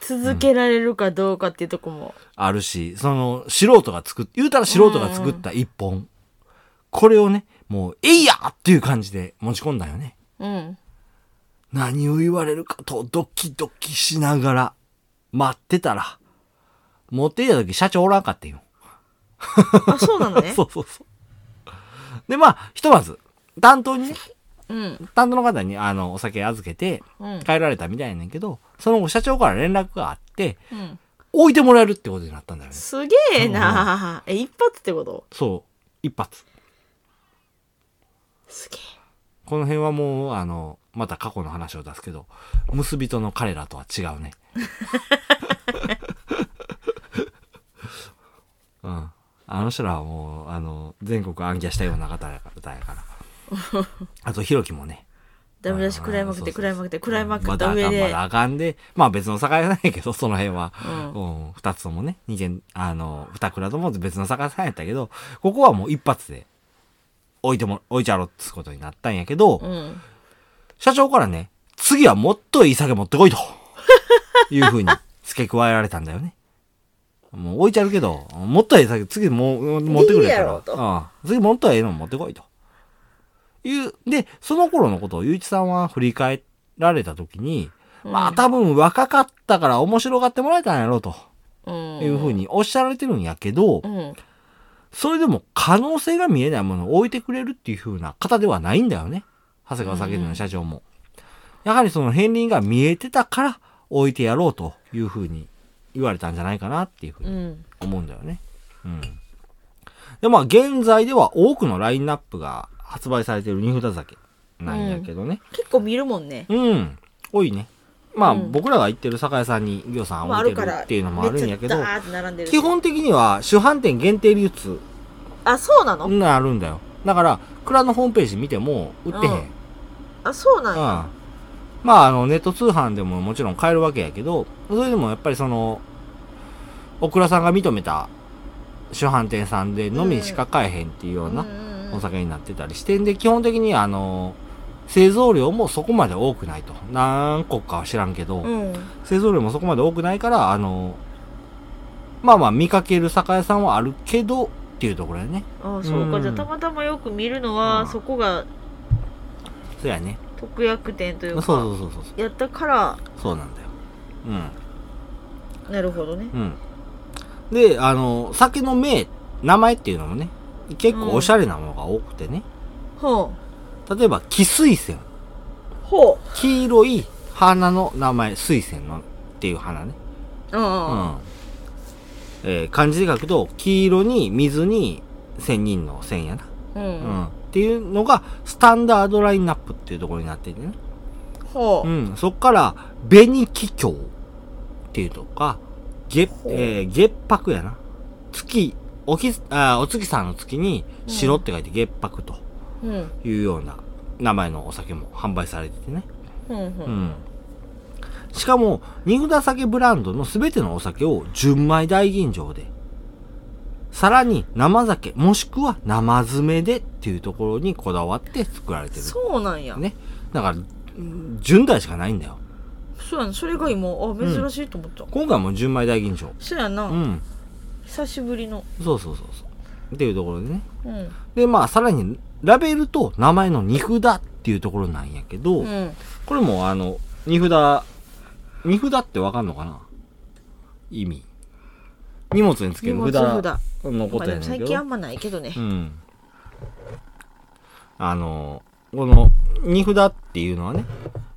B: て続けられるかどうかっていうとこも。
A: あるし、その素人が作っ、言うたら素人が作った一本。これをね、もう、えいやっていう感じで持ち込んだよね。
B: うん。
A: 何を言われるかとドキドキしながら待ってたら、持っていた時社長おらんかったよ。
B: あ、そうなのね。
A: *laughs* そうそうそう。で、まあ、ひとまず、担当にね、
B: うん。
A: 担当の方にあの、お酒預けて
B: うん。
A: 帰られたみたいやねんけど、その後社長から連絡があって、
B: うん。
A: 置いてもらえるってことになったんだよね。
B: すげえなえ、一発ってこと
A: そう。一発。
B: すげえ。
A: この辺はもう、あの、また過去の話を出すけど、結びとの彼らとは違う
B: *laughs*
A: ね。うん。あの人らはもう、あの、全国暗記したような方やから。
B: *laughs*
A: あと、ひろきもね。
B: ダメ出し食らいまく
A: そう
B: っ
A: そうそ
B: て
A: う
B: 食らいまくって食らいまく
A: ま
B: っ
A: だ
B: た
A: あか
B: 上
A: ん、ま
B: で
A: だあかんで、まあ別の坂やないけど、その辺は。
B: う
A: うん。二、つともね、二軒、あの、二蔵とも別の坂さんやったけど、ここはもう一発で、置いても、置いちゃろうっつうことになったんやけど、
B: うん
A: 社長からね、次はもっといい酒持ってこいと、いうふうに付け加えられたんだよね。もう置いちゃうけど、もっといい酒、次もう持ってくれ
B: い
A: た
B: いや
A: ら
B: ろと
A: うん、次もっといいの持ってこいと。いう、で、その頃のことをゆういちさんは振り返られた時に、まあ多分若かったから面白がってもらえたんやろうと
B: うん
A: いうふうにおっしゃられてるんやけど
B: う、ん
A: それでも可能性が見えないものを置いてくれるっていう風な方ではないんだよね。長谷川酒店の社長も。やはりその片鱗が見えてたから置いてやろうという風に言われたんじゃないかなっていう風
B: う
A: に
B: ん
A: 思うんだよね。うん。で、まあ現在では多くのラインナップが発売されてる二札酒なんやけどね。
B: 結構見るもんね
A: うん。多いね。まあ、
B: うん
A: 僕らが行ってる酒屋さんに行さん
B: まああ
A: 置
B: る
A: いて
B: か
A: る
B: ら
A: っていうのもあるんやけど
B: めっちゃ、ダーって並んでる
A: 基本的には主販店限定流通
B: あそうなの
A: なるんだよだから蔵のホームページ見ても売ってへん、
B: う
A: うんん
B: あそうなんや
A: まああのネット通販でももちろん買えるわけやけどそれでもやっぱりそのお蔵さんが認めた主販店さんでのみしか買えへんっていうような
B: うんうん
A: お酒になってたりしてんで基本的にあの製造量もそこまで多くないと何個かは知らんけど、
B: うんうん
A: 製造量もそこまで多くないからあのまあまあ見かける酒屋さんはあるけどっていうところやね
B: あそうか、
A: うん
B: じゃあたまたまよく見るのは、
A: うん
B: そこが
A: そうやね
B: 特約店という
A: そう
B: か
A: そうそうそうそう
B: やったから
A: そうなんだよ。
B: なるほどね
A: うん。うん。で、あの、酒の名、名前っていうのもね、結構おしゃれなものが多くてね。
B: ほ
A: 例えば、木水仙。
B: うほ
A: 黄色い花の名前、水仙のっていう花ね。
B: うう
A: うん
B: うん
A: ん。えー漢字で書くと、黄色に水に仙人の仙やな。
B: う
A: うん。
B: ん
A: っていうのが、スタンダードラインナップっていうところになっていてね。
B: ほ
A: う、
B: うん
A: そっから、紅気境っていうとか、月
B: ほ、う
A: えー月白やな。月、おき、あーお月さんの月に、白って書いて月白と
B: うん
A: いうような名前のお酒も販売されててね。
B: うんう
A: うんん。しかも、新札酒ブランドのすべてのお酒を純米大吟醸で、さらに生酒、もしくは生詰めでっていうところにこだわって作られてる。
B: そうなんや、
A: ね。だから、純代しかないんだよ。
B: そうやんそれが今あ珍しいと思った、
A: 今回も純米大吟醸。
B: そうやな、
A: うん。
B: 久しぶりの
A: そうそうそうそう。っていうところでね。
B: うん
A: で、まあ、さらに、ラベルと名前の荷札っていうところなんやけど、
B: うん
A: これも、あの、荷札、荷札ってわかんのかな意味。荷物につけ
B: 荷
A: る
B: 物
A: 札
B: 札
A: のこ
B: まあ
A: とやね
B: でも
A: ん
B: 最
A: け
B: 近あ
A: ど。
B: んまないけどね
A: う、ん。あの、この、荷札っていうのはね、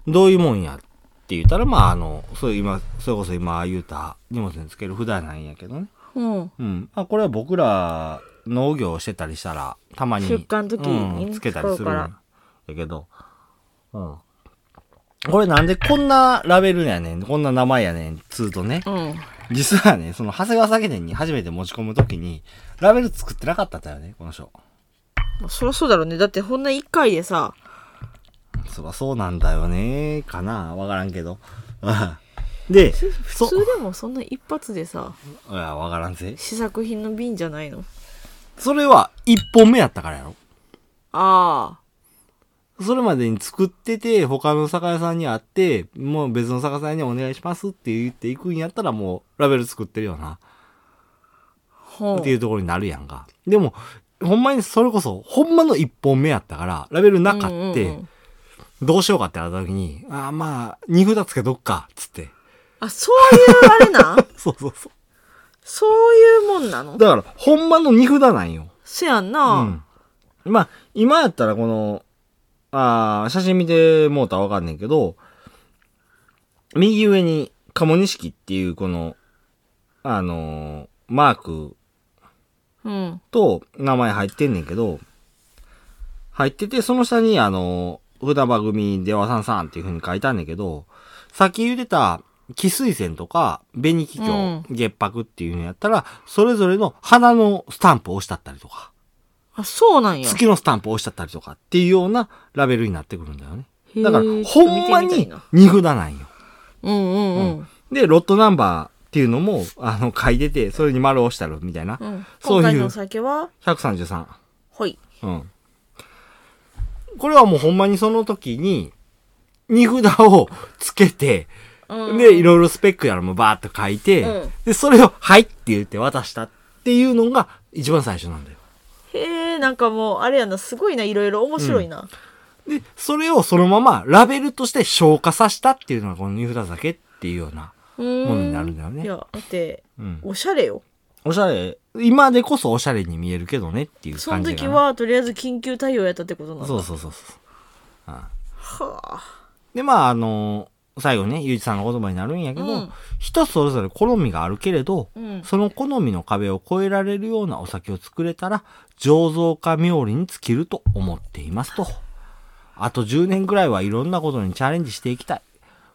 A: どういうもんやって言ったら、まあ、あの、そういう今、それこそ今言うた荷物につける札なんやけどね。
B: うん、
A: うん。まあ、これは僕ら農業をしてたりしたら、たまに。
B: 出荷の時に
A: うんつけたりするん
B: 使うから
A: やけど。うん。これなんでこんなラベルやねん、こんな名前やねん、つうとね。
B: うん、
A: 実はね、その長谷川酒店に初めて持ち込むときに、ラベル作ってなかったんだよね、この人。
B: まあそりゃそうだろうねだってこんな1回でさ
A: そらそうなんだよね、かな。わからんけど。 *laughs* うんで、
B: 普
A: そ
B: 通、でもそんな一発でさ
A: いや、わからんぜ。
B: 試作品の瓶じゃないの
A: それは一本目やったからやろ。
B: ああ
A: それまでに作ってて、他の酒屋さんに会って、もう別の酒屋さんにお願いしますって言っていくんやったら、もうラベル作ってるよな、
B: ほう
A: っていうところになるやんか。でも、ほんまにそれこそ、ほんまの一本目やったから、ラベルなか
B: うんうん
A: っ
B: う
A: て
B: ん、
A: どうしようかってなった時に、ああまあ、二札つけとっか、つって。
B: あそういうあ
A: *laughs*
B: れなん
A: そうそうそ
B: そういうもんなの
A: う。だから、ほんまの二札なんよ。
B: せやん
A: う
B: な、
A: ん。まあ、今やったらこの、ああ、写真見てもうたらわかんねんけど、右上に、鴨錦っていうこの、あのーマーク
B: うん
A: と名前入ってんねんけど、入ってて、その下に、あの、船場組ではさんさんっていう風に書いたんだけど、さっき言ってた、汽水泉とか、紅気
B: うん
A: 鏡、月白っていうのやったら、それぞれの花のスタンプを押しちゃったりとか、
B: あ、そうなんや。
A: 月のスタンプを押しちゃったりとかっていうようなラベルになってくるんだよね。
B: へー
A: だから、
B: ちょっと見て
A: ほんま
B: みたい
A: に
B: な
A: 荷札なんよ。
B: うんうんうん。
A: で、ロットナンバーっていうのも、あの、書いてて、それに丸を押したるみたいな。
B: うん、
A: そうい
B: 今
A: う
B: 回のお酒は、
A: 133。
B: ほい。
A: うん。これはもうほんまにその時に、荷札をつけて、
B: うん
A: で、いろいろスペックやらもバーっと書いて、
B: うん
A: で、それを、はいって言って渡したっていうのが一番最初なんだよ。
B: へえ、なんかもう、あれやな、すごいな、いろいろ面白いな。
A: で、それをそのままラベルとして消化させたっていうのがこの荷札酒っていうような
B: う
A: ものに
B: ー
A: なる
B: ん。
A: んだよ
B: い
A: ね。
B: や、だって、
A: うん。
B: おしゃれよ。
A: おしゃれ、今でこそおしゃれに見えるけどねっていう
B: そ
A: 感
B: の
A: じが
B: 時
A: な
B: は、とりあえず緊急対応やったってことなの。
A: そうそうそうそう。うん
B: はあ。
A: で、まあ、あの最後ね、ゆうじさんの言葉になるんやけど、
B: うん
A: 人それぞれ好みがあるけれど、
B: うん。
A: その好みの壁を越えられるようなお酒を作れたら、醸造家冥利に尽きると思っていますと。あと10年ぐらいはいろんなことにチャレンジしていきたい。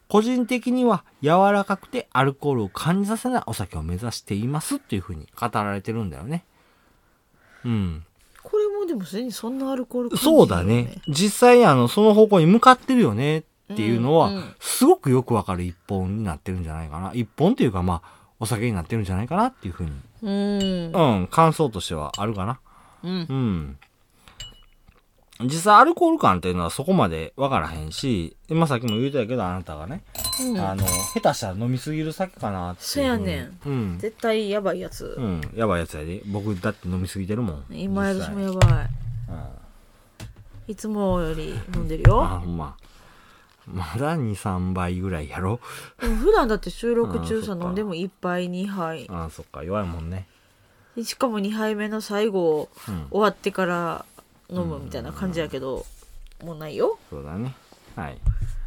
A: 個人的には柔らかくてアルコールを感じさせないお酒を目指していますっていうふうに語られてるんだよね。うん。
B: これもでもすでにそんなアルコール感じる
A: そうだね。実際、あの、その方向に向かってるよねっていうのは、
B: うんうん
A: すごくよくわかる一本になってるんじゃないかな。一本というか、まあ、お酒になってるんじゃないかなっていうふうに、
B: うん。
A: うん、感想としてはあるかな。
B: うん。
A: うん。実際、アルコール感っていうのはそこまでわからへんし、今さっきも言うたけど、あなたがね、あの、下手したら飲みすぎる酒かなっていう。
B: そうやねん。
A: うん。
B: 絶対やばいやつ
A: う。ん、やばいやつやで。僕だって飲みすぎてるもん。
B: 今やる
A: 実
B: し
A: 際
B: もやばい。いつもより飲んでるよ。
A: あ、ほんま。まだ2、3倍ぐらいやろ。
B: でも普段だって収録中さ
A: あーそっか
B: 飲んでも1杯2杯。
A: ああ、そっか、弱いもんね。
B: でしかも2杯目の最後
A: うん。
B: 終わってから飲むみたいな感じやけど、もうないよ。
A: そうだね。はい。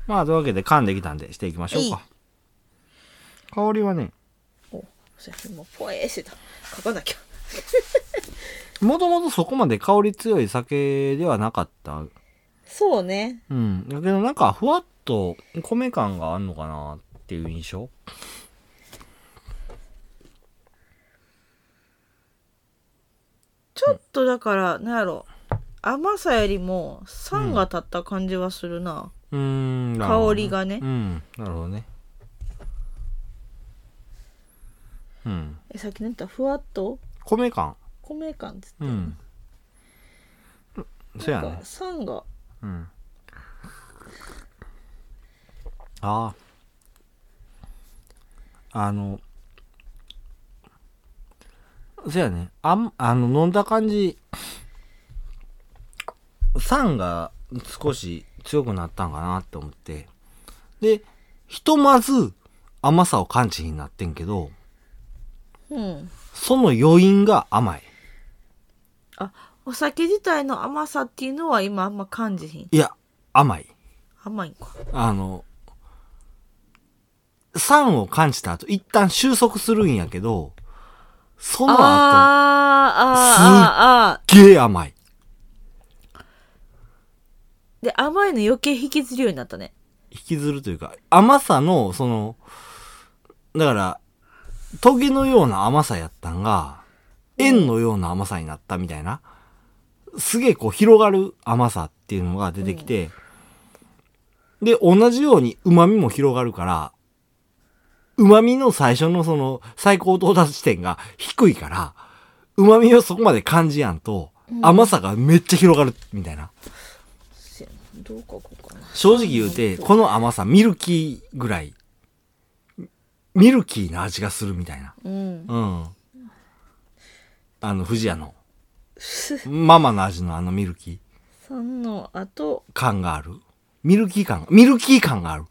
A: まあ、というわけで、噛んできたんで、していきましょうか。香りはね、
B: おそれもうポエーしてた。書かなきゃ。
A: もともとそこまで香り強い酒ではなかった。
B: そうね。
A: うん。だけど、なんか、ふわっと米感があんのかなっていう印象。
B: ちょっとだから、なんやろ。甘さよりも酸が立った感じはするな。
A: うーん。なるほど
B: 香
A: ね
B: りがね
A: う。ん。なるほどね。うん。
B: えさっき言ったふわっと
A: 米感。
B: 米感っつって
A: うん。そうや
B: なん
A: ね
B: か。酸が
A: うん。ああ。あの、そやね。あん、あの、飲んだ感じ、酸が少し強くなったんかなって思って。で、ひとまず甘さを感知になってんけど、
B: うん
A: その余韻が甘い。
B: あお酒自体の甘さっていうのは今あんま感じひん
A: いや、甘い。
B: 甘いんか
A: あの、酸を感じた後、一旦収束するんやけど、そ
B: あー
A: の後、
B: あーあーあ
A: ゲー甘い。
B: ーで甘いの余計引きずるようになったね
A: 引きずるというか、甘さの、その、だから、トゲのような甘さやったんが、円のような甘さになったみたいな、すげえこう広がる甘さっていうのが出てきて、で、同じように旨味も広がるから、旨味の最初のその最高到達地点が低いから、旨味をそこまで感じやんと、甘さがめっちゃ広がるみたいな。
B: せやなどう書こうかな
A: 正直言うて、この甘さ、ミルキーぐらい、ミルキーな味がするみたいな。
B: うん
A: うん。あの、富士屋の、ママの味のあのミルキー
B: 酸のあと
A: 感がある。ミルキー感、ミルキー感がある。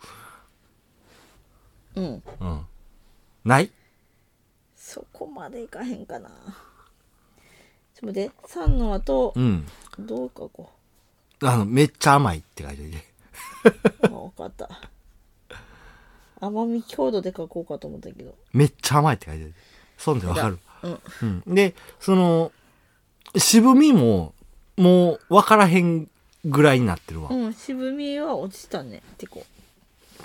B: うん
A: うん。ない
B: そこまでいかへんかなちょっと待って酸のあと
A: うん。
B: どう書こ
A: あの、めっちゃ甘いって書いてて。
B: うあ分かった甘み強度で書こうかと思ったけど
A: めっちゃ甘いって書いてて。そんでわかる。
B: うん
A: うん。で、その、渋みも、もう、わからへんぐらいになってるわ。
B: うん渋みは落ちたねてこ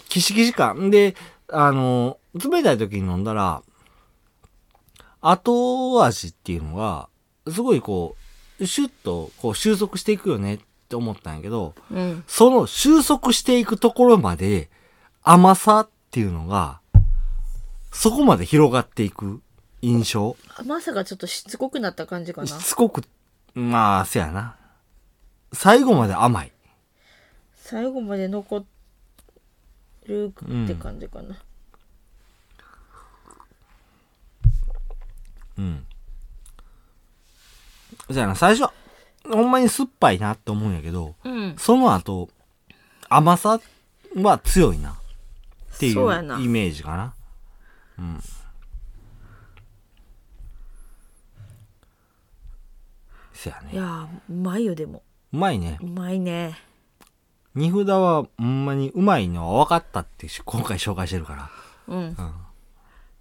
A: キシキシ感。で、あの、冷たい時に飲んだら、後味っていうのが、すごいこう、シュッとこう収束していくよねって思ったんやけど、
B: うん
A: その収束していくところまで甘さっていうのが、そこまで広がっていく印象。
B: 甘さがちょっとしつこくなった感じか
A: し
B: な
A: つこく、まあ、せやな。最後まで甘い。
B: 最後まで残るって感じかな、
A: うん。せやな、最初は、ほんまに酸っぱいなって思うんやけど、
B: うん、
A: その後、甘さは強いな。っていうイ
B: そうやな
A: メージかな。うん。せや
B: い
A: ね。
B: やーうまいよでも
A: うまいね
B: う。まいね
A: 荷札はほんまにうまいのは分かったってし今回紹介してるから。
B: うん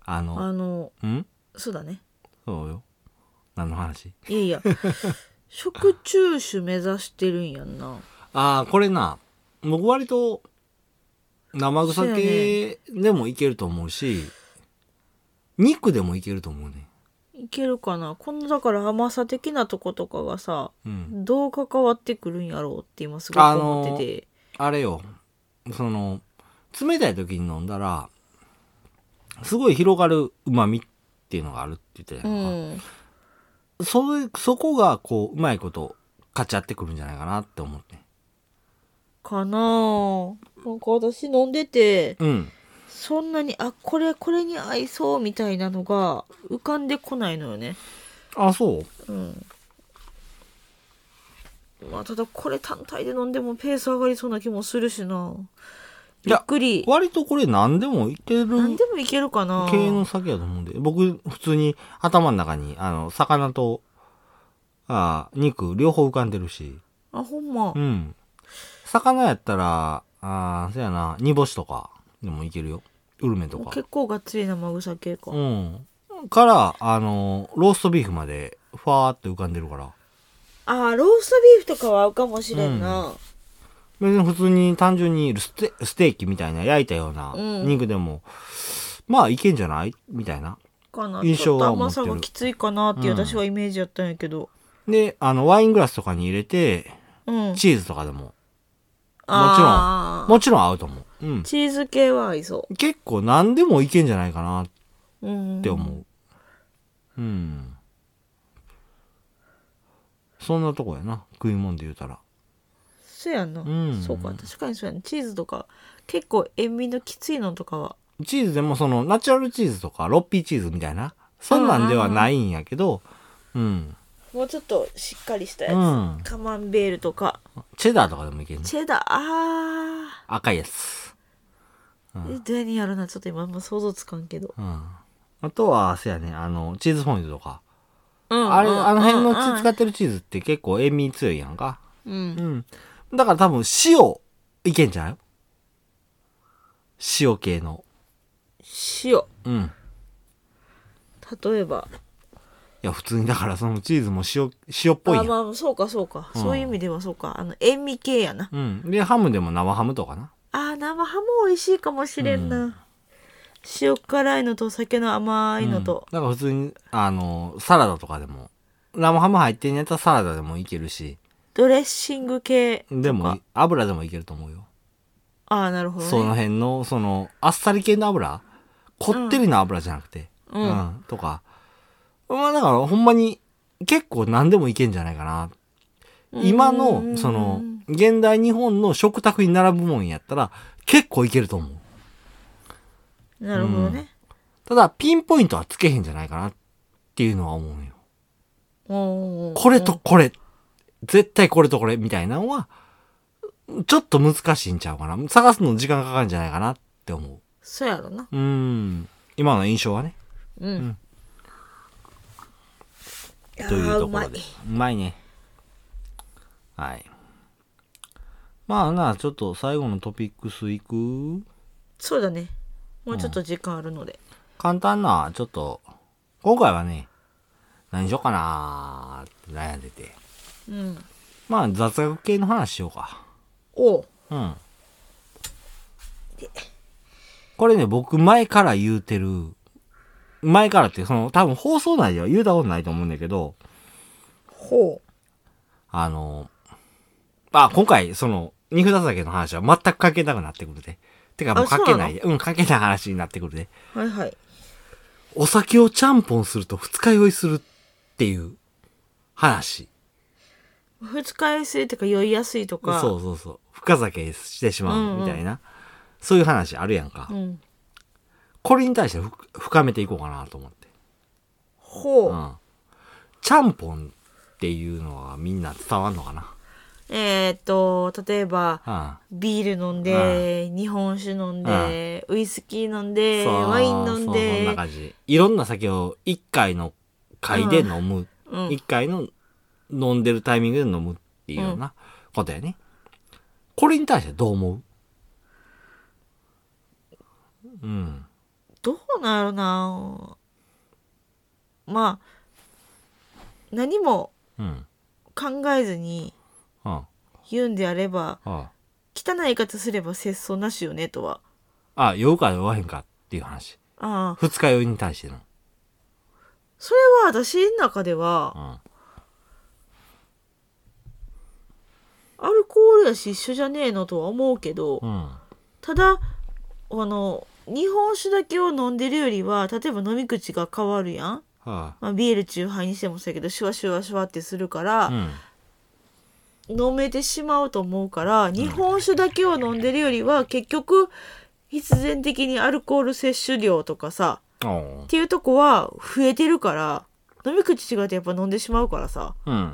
A: あの、
B: あの
A: うん
B: そうだね
A: そうよ。何の話
B: いやい *laughs* や食中酒目指してるんやんな
A: ああ、これな、僕割と生臭系でもいけると思うし、肉でもいけると思うね。
B: いけるかなこのだから甘さ的なとことかがさ
A: うん。
B: どう関わってくるんやろうって今すごく思ってて、
A: あれよ、その、冷たい時に飲んだら、すごい広がる旨味っていうのがあるって言ってたやんか、
B: うん
A: それそこがこう、うまいこと、勝ち合ってくるんじゃないかなって思って。
B: かなあなんか私飲んでて
A: うん。
B: そんなにあこれこれに合いそうみたいなのが浮かんでこないのよね
A: あ、そう
B: うんまあただこれ単体で飲んでもペース上がりそうな気もするしなびっくり
A: 割とこれ何でもいける
B: 何でもいけるかな
A: 系の酒やと思うんで、僕、普通に頭の中に、あの、魚と、あー肉、両方浮かんでるし、
B: あほんま
A: うん。魚やったら、あーそやな、煮干しとかでもいけるよ。ウルメとか。
B: 結構がっつり生臭系か、
A: うん。から、あの、ローストビーフまで、ふわーって浮かんでるから。
B: あローストビーフとかは合うかもしれんな、
A: 別に普通に単純にステステーキみたいな焼いたような
B: うん
A: 肉でも、まあいけんじゃないみたいな。
B: かな
A: 印
B: ち
A: 象
B: ょっと
A: は持
B: 甘
A: ってる
B: さがきついかなってい
A: う
B: う
A: ん
B: 私はイメージやったんやけど
A: で、あの、ワイングラスとかに入れて、
B: うん、
A: チーズとかでも、
B: あー
A: もちろん合うと思う。うん。
B: チーズ系は合いそ
A: 結構何でもいけんじゃないかなっ
B: う、うん、
A: て思う。うん。そんなとこやな。食い物で言うたら。
B: そうやな、
A: うん
B: そうか確かにそうやなチーズとか結構塩味のきついのとかは
A: チーズでもそのナチュラルチーズとかロッピーチーズみたいなそんなんではないんやけどうん、
B: もうちょっとしっかりしたや
A: う
B: つ、
A: ん、
B: カマンベールとか
A: チェダーとかでもいけるね
B: チェダーあ
A: 赤いやつ、
B: ー、えどうやねんやろなちょっと今あんま想像つかんけど、
A: うん、あとはせやねあのチーズフォンデュとか、
B: うん
A: あれあの辺のチ
B: チ
A: 使ってるチーズって結構塩味強いやんか
B: うん、
A: うんだから多分塩いけんじゃない塩系の
B: 塩
A: うん
B: 例えば
A: いや普通にだからそのチーズも塩塩っぽいや
B: あ
A: ん、
B: まあそうかそうか、
A: うん
B: そういう意味ではそうかあの塩味系やな
A: うんでハムでも生ハムとかな
B: あー生ハム美味しいかもしれんな、
A: う
B: 塩辛いのとお酒の甘いのと、
A: うん、だから普通にあのサラダとかでも生ハム入ってんやったらサラダでもいけるし
B: ドレッシング系とか
A: でも油でもいけると思うよ、
B: ああなるほど、ね、
A: その辺のそのあっさり系の油こってりの油じゃなくて、
B: うん
A: とかまあだからほんまに結構何でもいけんじゃないかな今
B: う
A: の
B: ん
A: その現代日本の食卓に並ぶもんやったら結構いけると思う
B: なるほどね、
A: ただピンポイントはつけへんじゃないかなっていうのは思うよ
B: おー
A: これとこれ、絶対これとこれみたいなのは、ちょっと難しいんちゃうかな。探すの時間かかるんじゃないかなって思
B: そうやろな
A: う。うーん。今の印象はね。
B: うん、いやー
A: というところ
B: うま
A: で
B: いう
A: まいね。はい。まあなあ、ちょっと最後のトピックスいく
B: そうだねもうちょっと時間あるので、
A: 簡単な、ちょっと、今回はね、何しようかなーって悩んでて。
B: うん
A: まあ雑学系の話しようか。
B: おう
A: うん。これね、僕前から言うてる、前からって、その多分放送内では言うたことないと思うんだけど、
B: ほう
A: あの、あ、今回、その、二札酒の話は全く関係なくなってくるで。てかもう
B: あそう
A: 関係
B: なの
A: ないで。うん、関係ない話になってくるで。
B: はいはい
A: お酒をちゃんぽんすると二日酔いするっていう話。
B: 二日酔いするとか酔いやすいとか
A: そうそうそう。深酒してしまうみたいな。そういう話あるやんか。
B: ん
A: これに対してふ深めていこうかなと思って。
B: ほう、
A: うん。ちゃんぽんっていうのはみんな伝わんのかな。
B: えー、っと例えば
A: うん。
B: ビール飲んで、日本酒飲んで、ウイスキー飲んで、
A: そう
B: ワイン飲ん
A: そうそんな
B: で、
A: 感じいろんな酒を一回の回で飲む、一
B: うん
A: 回の飲んでるタイミングで飲むっていうようなことやね、これに対してどう思ううん
B: どうなるなまあ、何も
A: うん
B: 考えずに
A: うんあ
B: 言うんであれば、
A: あ
B: 汚い言い方すれば節操なしよねとは。
A: あ酔うか酔わへんかっていう話
B: ああ、
A: 二日酔いに対しての、
B: それは私の中で
A: う
B: は、
A: ん、
B: アルコールやし一緒じゃねえのとは思うけど、
A: うん
B: ただ、あの、日本酒だけを飲んでるよりは、例えば飲み口が変わるやん。
A: は
B: まあ、ビール酎ハイにしてもそうやけどシュワシュワシュワってするから
A: あう、ん
B: 飲めてしまうと思うから日本酒だけを飲んでるよりは結局必然的にアルコール摂取量とかさ
A: お
B: っていうとこは増えてるから飲み口違ってやっぱ飲んでしまうからさ
A: ううん
B: っ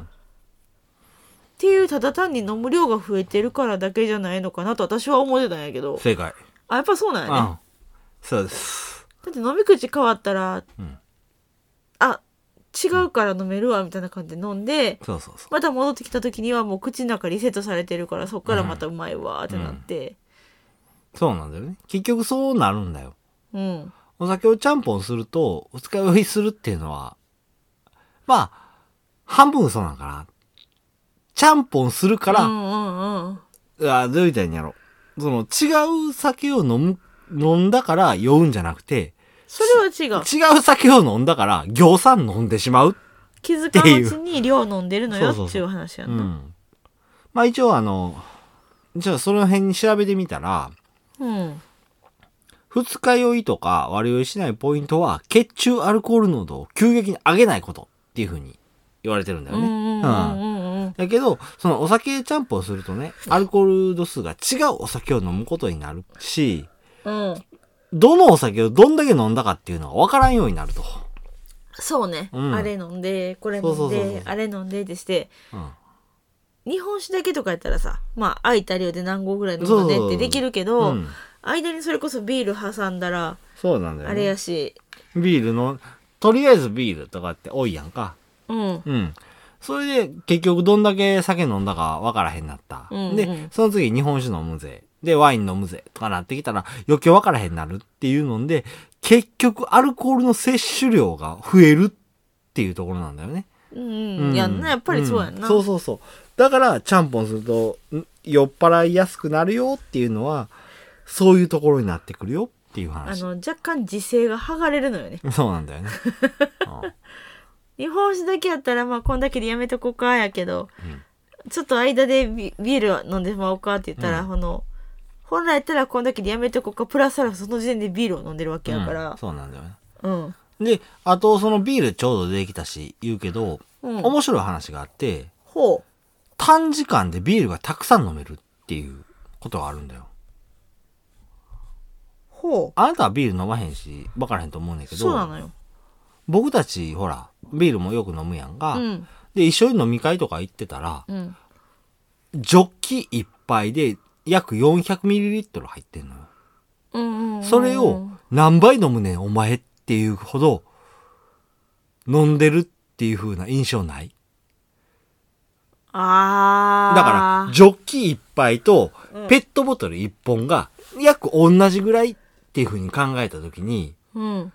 B: ていうただ単に飲む量が増えてるからだけじゃないのかなと私は思ってたんやけど
A: 正解
B: あやっぱそうなん
A: う
B: やね
A: んそうです
B: だって飲み口変わったら、
A: ん
B: あ違うから飲めるわみたいな感じで飲んで
A: そうそうそ
B: また戻ってきた時にはもう口の中リセットされてるからそっからまたうまいわーってなって
A: うそうなんだよね結局そうなるんだよ
B: うん、
A: お酒をちゃんぽんすると、お使い酔いするっていうのは、まあ、半分嘘なんかな。ちゃんぽんするか
B: う
A: ら、
B: んうんうん
A: あどう言ったらいいんやろ。その、違う酒を飲む、飲んだから酔うんじゃなくて、
B: それは違う
A: 違う酒を飲んだから、行産飲んでしまう。
B: 気づかんうちに量飲んでるのよ
A: そうそうそう
B: っていう話や
A: うん
B: な。
A: ん。まあ一応あの、じゃあその辺に調べてみたら、
B: うん
A: 二日酔いとか悪酔いしないポイントは、血中アルコール濃度を急激に上げないことっていうふうに言われてるんだ
B: う
A: よ
B: ん
A: ね。
B: うんうんうんうん
A: だけど、そのお酒ちゃんぽんするとね、アルコール度数が違うお酒を飲むことになるし、
B: うん
A: どのお酒をどんだけ飲んだかっていうのが分からんようになると。
B: そうね、
A: うん
B: あれ飲んでこれ飲んで
A: そうそうそうそう
B: あれ飲んでってして
A: うん。
B: 日本酒だけとかやったらさまあ空いた量で何合ぐらい飲んだね
A: そう
B: っ
A: そう
B: てできるけど、
A: うん
B: 間にそれこそビール挟んだら
A: そうなんだよ、ね。
B: あれやし、
A: ビールの、とりあえずビールとかって多いやんか。
B: うん
A: うん。それで、結局どんだけ酒飲んだか分からへんなった。
B: うんうん
A: で、その次日本酒飲むぜ。で、ワイン飲むぜ。とかなってきたら、余計分からへんなるっていうので、結局アルコールの摂取量が増えるっていうところなんだよね。
B: うんうんやんなやっぱりそうやん
A: ん
B: な、
A: そうそうそうだからちゃんぽんするとん酔っ払いやすくなるよっていうのはそういうところになってくるよっていう
B: あ
A: 話
B: の若干自制が剥がれるのよね
A: *laughs* そうなん
B: *laughs*
A: だよね、
B: 日本酒だけやったらまあこんだけでやめとこうかやけど、ちょっと間でビビール飲んでしまおうかって言ったら、この本来やったらこんだけでやめとこうかプラスアルファその時点でビールを飲んでるわけ
A: うん
B: やから
A: そうなんだよね
B: うん
A: であとそのビールちょうど出てきたし言うけど、
B: うん
A: 面白い話があって
B: ほ
A: 短時間でビールがたくさん飲めるっていうことがあるんだよ
B: うほ
A: あなたはビール飲まへんし分からへんと思うねんだ
B: う
A: け
B: そうな
A: ど
B: のよ
A: 僕たちほらビールもよく飲むやんか、
B: うん
A: で一緒に飲み会とか行ってたら、
B: うん
A: ジョッキ一杯で約 400ml 入ってんのよ。
B: うんうんうん
A: それを何杯飲むねんお前っていうほど飲んでるっていう風な印象ない。
B: あ
A: だ
B: あ
A: から、ジョッキ一杯とペットボトル一本が約同じぐらいっていう風に考えた時に、
B: うん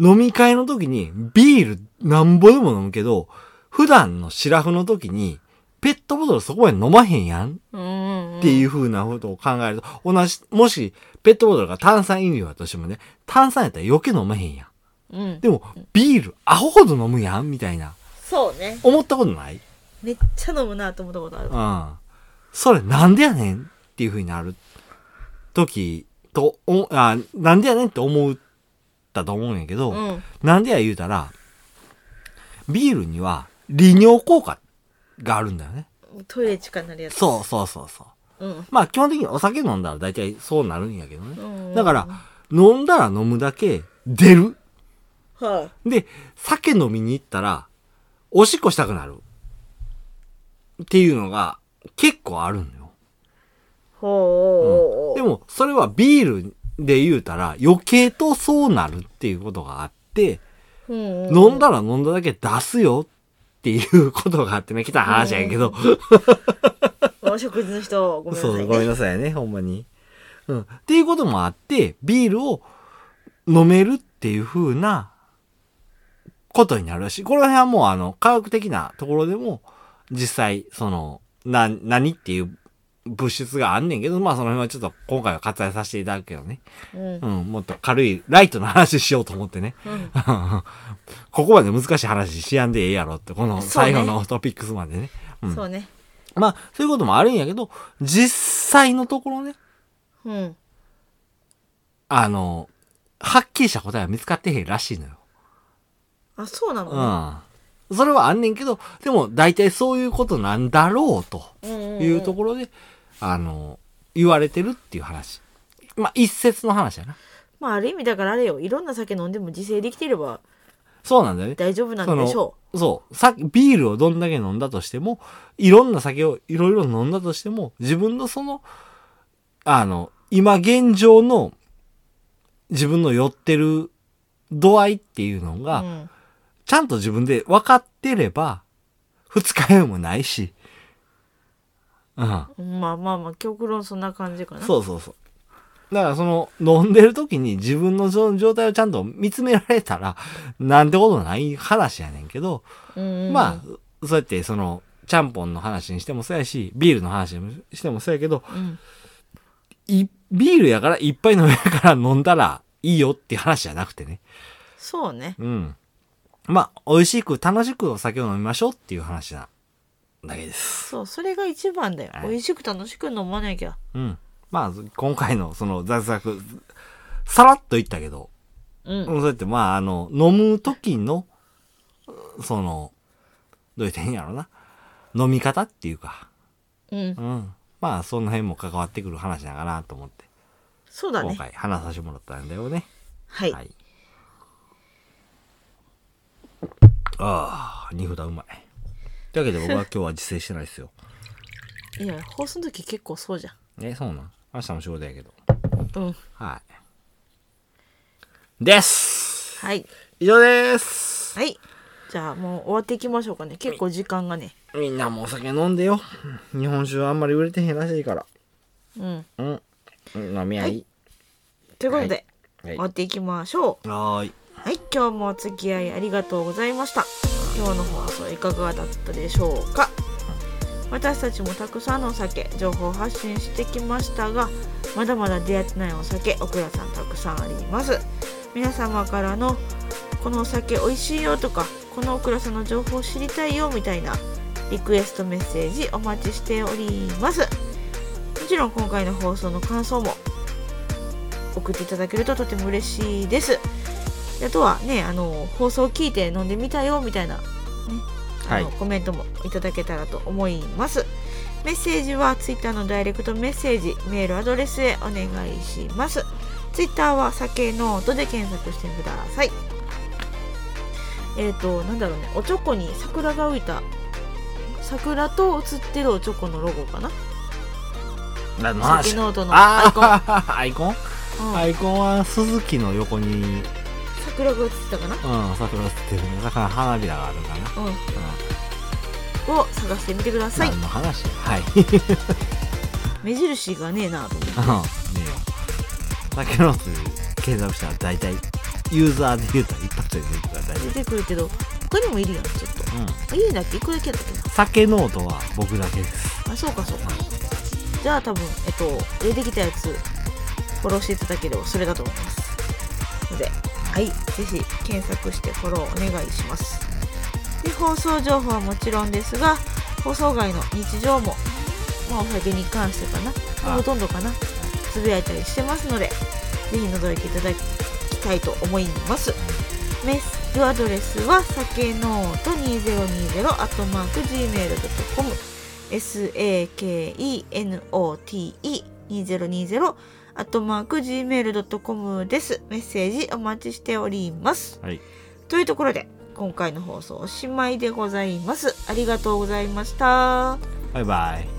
A: 飲み会の時にビール何本でも飲むけど、普段のシラフの時にペットボトルそこまで飲まへんやん
B: うん。。
A: っていうう風なことを考えると、同じ、もし、ペットボトルが炭酸飲料だとしてもね、炭酸やったら余計飲まへんやん。
B: うん。
A: でも、ビール、アホほど飲むやんみたいな。
B: そうね。
A: 思ったことない
B: めっちゃ飲むなと思ったことある
A: う。ん。それなんでやねんっていう風になる時と、おあなんでやねんって思ったと思うんやけど、
B: うん。
A: なんでや言うたら、ビールには利尿効果があるんだよね。
B: トイレ近になるやつ。
A: そうそうそうそう。
B: うん。
A: まあ基本的にお酒飲んだら大体そうなるんやけどね。
B: うん。
A: だから、飲んだら飲むだけ出る。
B: ら。はい。
A: で、酒飲みに行ったら、おしっこしたくなる。っていうのが結構あるのよ。
B: ほう。
A: でも、それはビールで言うたら余計とそうなるっていうことがあって、
B: うん、
A: 飲んだら飲んだだけ出すよっていうことがあってね、来た話やけど。
B: お食事の人、ごめんな
A: *laughs*
B: さ
A: そ
B: い、ね。
A: う、ごめんなさいね、ほんまに。うん。っていうこともあって、ビールを飲めるっていう風なことになるらしい。この辺はもうあの、科学的なところでも、実際、その、な、何っていう物質があんねんけど、まあその辺はちょっと今回は割愛させていただくけどね。
B: うん
A: う。ん、もっと軽い、ライトな話しようと思ってね。
B: うん。
A: ここまで難しい話しやんでええやろって、この最後
B: そう
A: のトピックスまでね。うん
B: そうね。
A: まあ、そういうこともあるんやけど、実際のところね、
B: うん。
A: あの、はっきりした答えは見つかってへんらしいのよ。
B: あ、そうなの、
A: うん。それはあんねんけど、でも大体そういうことなんだろうと
B: うん、
A: いうところで、あの、言われてるっていう話。まあ、一説の話やな。
B: まあ、ある意味だからあれよ。いろんな酒飲んでも自制できていれば
A: そうなんだよね。
B: 大丈夫なんでしょ
A: そのそう。さビールをどんだけ飲んだとしても、いろんな酒をいろいろ飲んだとしても、自分のその、あの、今現状の自分の酔ってる度合いっていうの
B: う。
A: が、
B: うん。
A: ちゃんと自分で分かってれば、二日酔いもないし。うん。
B: まあまあまあ、極論そんな感じかな。
A: そうそうそう。だからその、飲んでる時に自分のその状態をちゃんと見つめられたら、なんてことない話やねんけど、
B: う。うん、
A: まあ、そうやって、その、ちゃんぽんの話にしてもそうやし、ビールの話にしてもそうやけど、
B: あ。うん。
A: いビールやからいっぱい飲めるから飲んだらいいよっていう話じゃなくてね。
B: そうね。
A: うん。まあ、美味しく楽しくお酒を飲みましょうっていう話な、だけです。
B: そう、それが一番だよ。
A: はい
B: 美味しく楽しく飲まなきゃ。
A: うん。まあ、今回のその雑作、さらっと言ったけど、
B: うん。
A: そうやって、まあ、あの、飲む時の、その、どう言ってんやろな。飲み方っていうか。
B: うん
A: う。ん。まあ、その辺も関わってくる話だかなと思って、
B: そうだ
A: 今
B: ね。
A: 回話させてもらったんだよね。
B: はい。
A: はい。ああ、煮札うまい。というわけで僕は今日は自制してないですよ。
B: いや、放送の時結構そうじゃん。
A: え、そうなん明日も仕事やけど。
B: うん。
A: はい。です
B: はい。
A: 以上です
B: はい。じゃあもう終わっていきましょうかね。結構時間がね。
A: みんなもお酒飲んでよ。日本酒はあんまり売れてへんらしいから。
B: うん。
A: うん。うん飲み合い。
B: ということで、
A: は
B: 終
A: い。
B: わ
A: は
B: っていきましょう。
A: ーい。
B: はい、今日もお付き合いありがとうございました。今日の放送いかがだったでしょうか私たちもたくさんのお酒、情報を発信してきましたが、まだまだ出会ってないお酒、奥田さんたくさんあります。皆様からの、このお酒おいしいよとか、この奥田さんの情報を知りたいよみたいなリクエストメッセージお待ちしております。もちろん今回の放送の感想も送っていただけるととても嬉しいです。であとはねあの放送を聞いて飲んでみたよみたいな、ねあの
A: はい
B: コメントもいただけたらと思いますメッセージは Twitter のダイレクトメッセージメールアドレスへお願いします Twitter は酒ノートで検索してくださいえっ、となんだろうねおちょこに桜が浮いた桜と写ってるおちょこのロゴかな
A: なの話
B: 酒ノートのアイコン、
A: ああ、 *laughs* アイコン
B: うん
A: アイコンは鈴木の横に
B: 桜が写ってたかな
A: うん、桜吸ってるね。だから花びらがあるかな。
B: う
A: うん
B: んを探してみてください
A: 何の話やはい。 *laughs*
B: 目印がねえなと思って
A: うん。ねえよ。酒ロス検索したら大体、ユーザーで言うたら一発で出てくるから大
B: 出
A: 体。
B: てくるけど他にもいるやんちょっと
A: うん。
B: あ家だっけいくらけだっけな
A: 酒ノートは僕だけです。
B: あそうかそうかじゃあ多分えっと出てきたやつフォローしていただければそれだと思いますのではいぜひ検索してフォローお願いしますで放送情報はもちろんですが放送外の日常もまあお酒に関してかな
A: あ
B: ほとんどかなつぶやいたりしてますのでぜひ覗いていただきたいと思いますメッセアドレスは酒ノート2020 at mark gmail.com sakenote 2020 at mark gmail.com ですメッセージお待ちしております
A: はい。
B: というところで今回の放送おしまいでございますありがとうございました
A: バイバイ。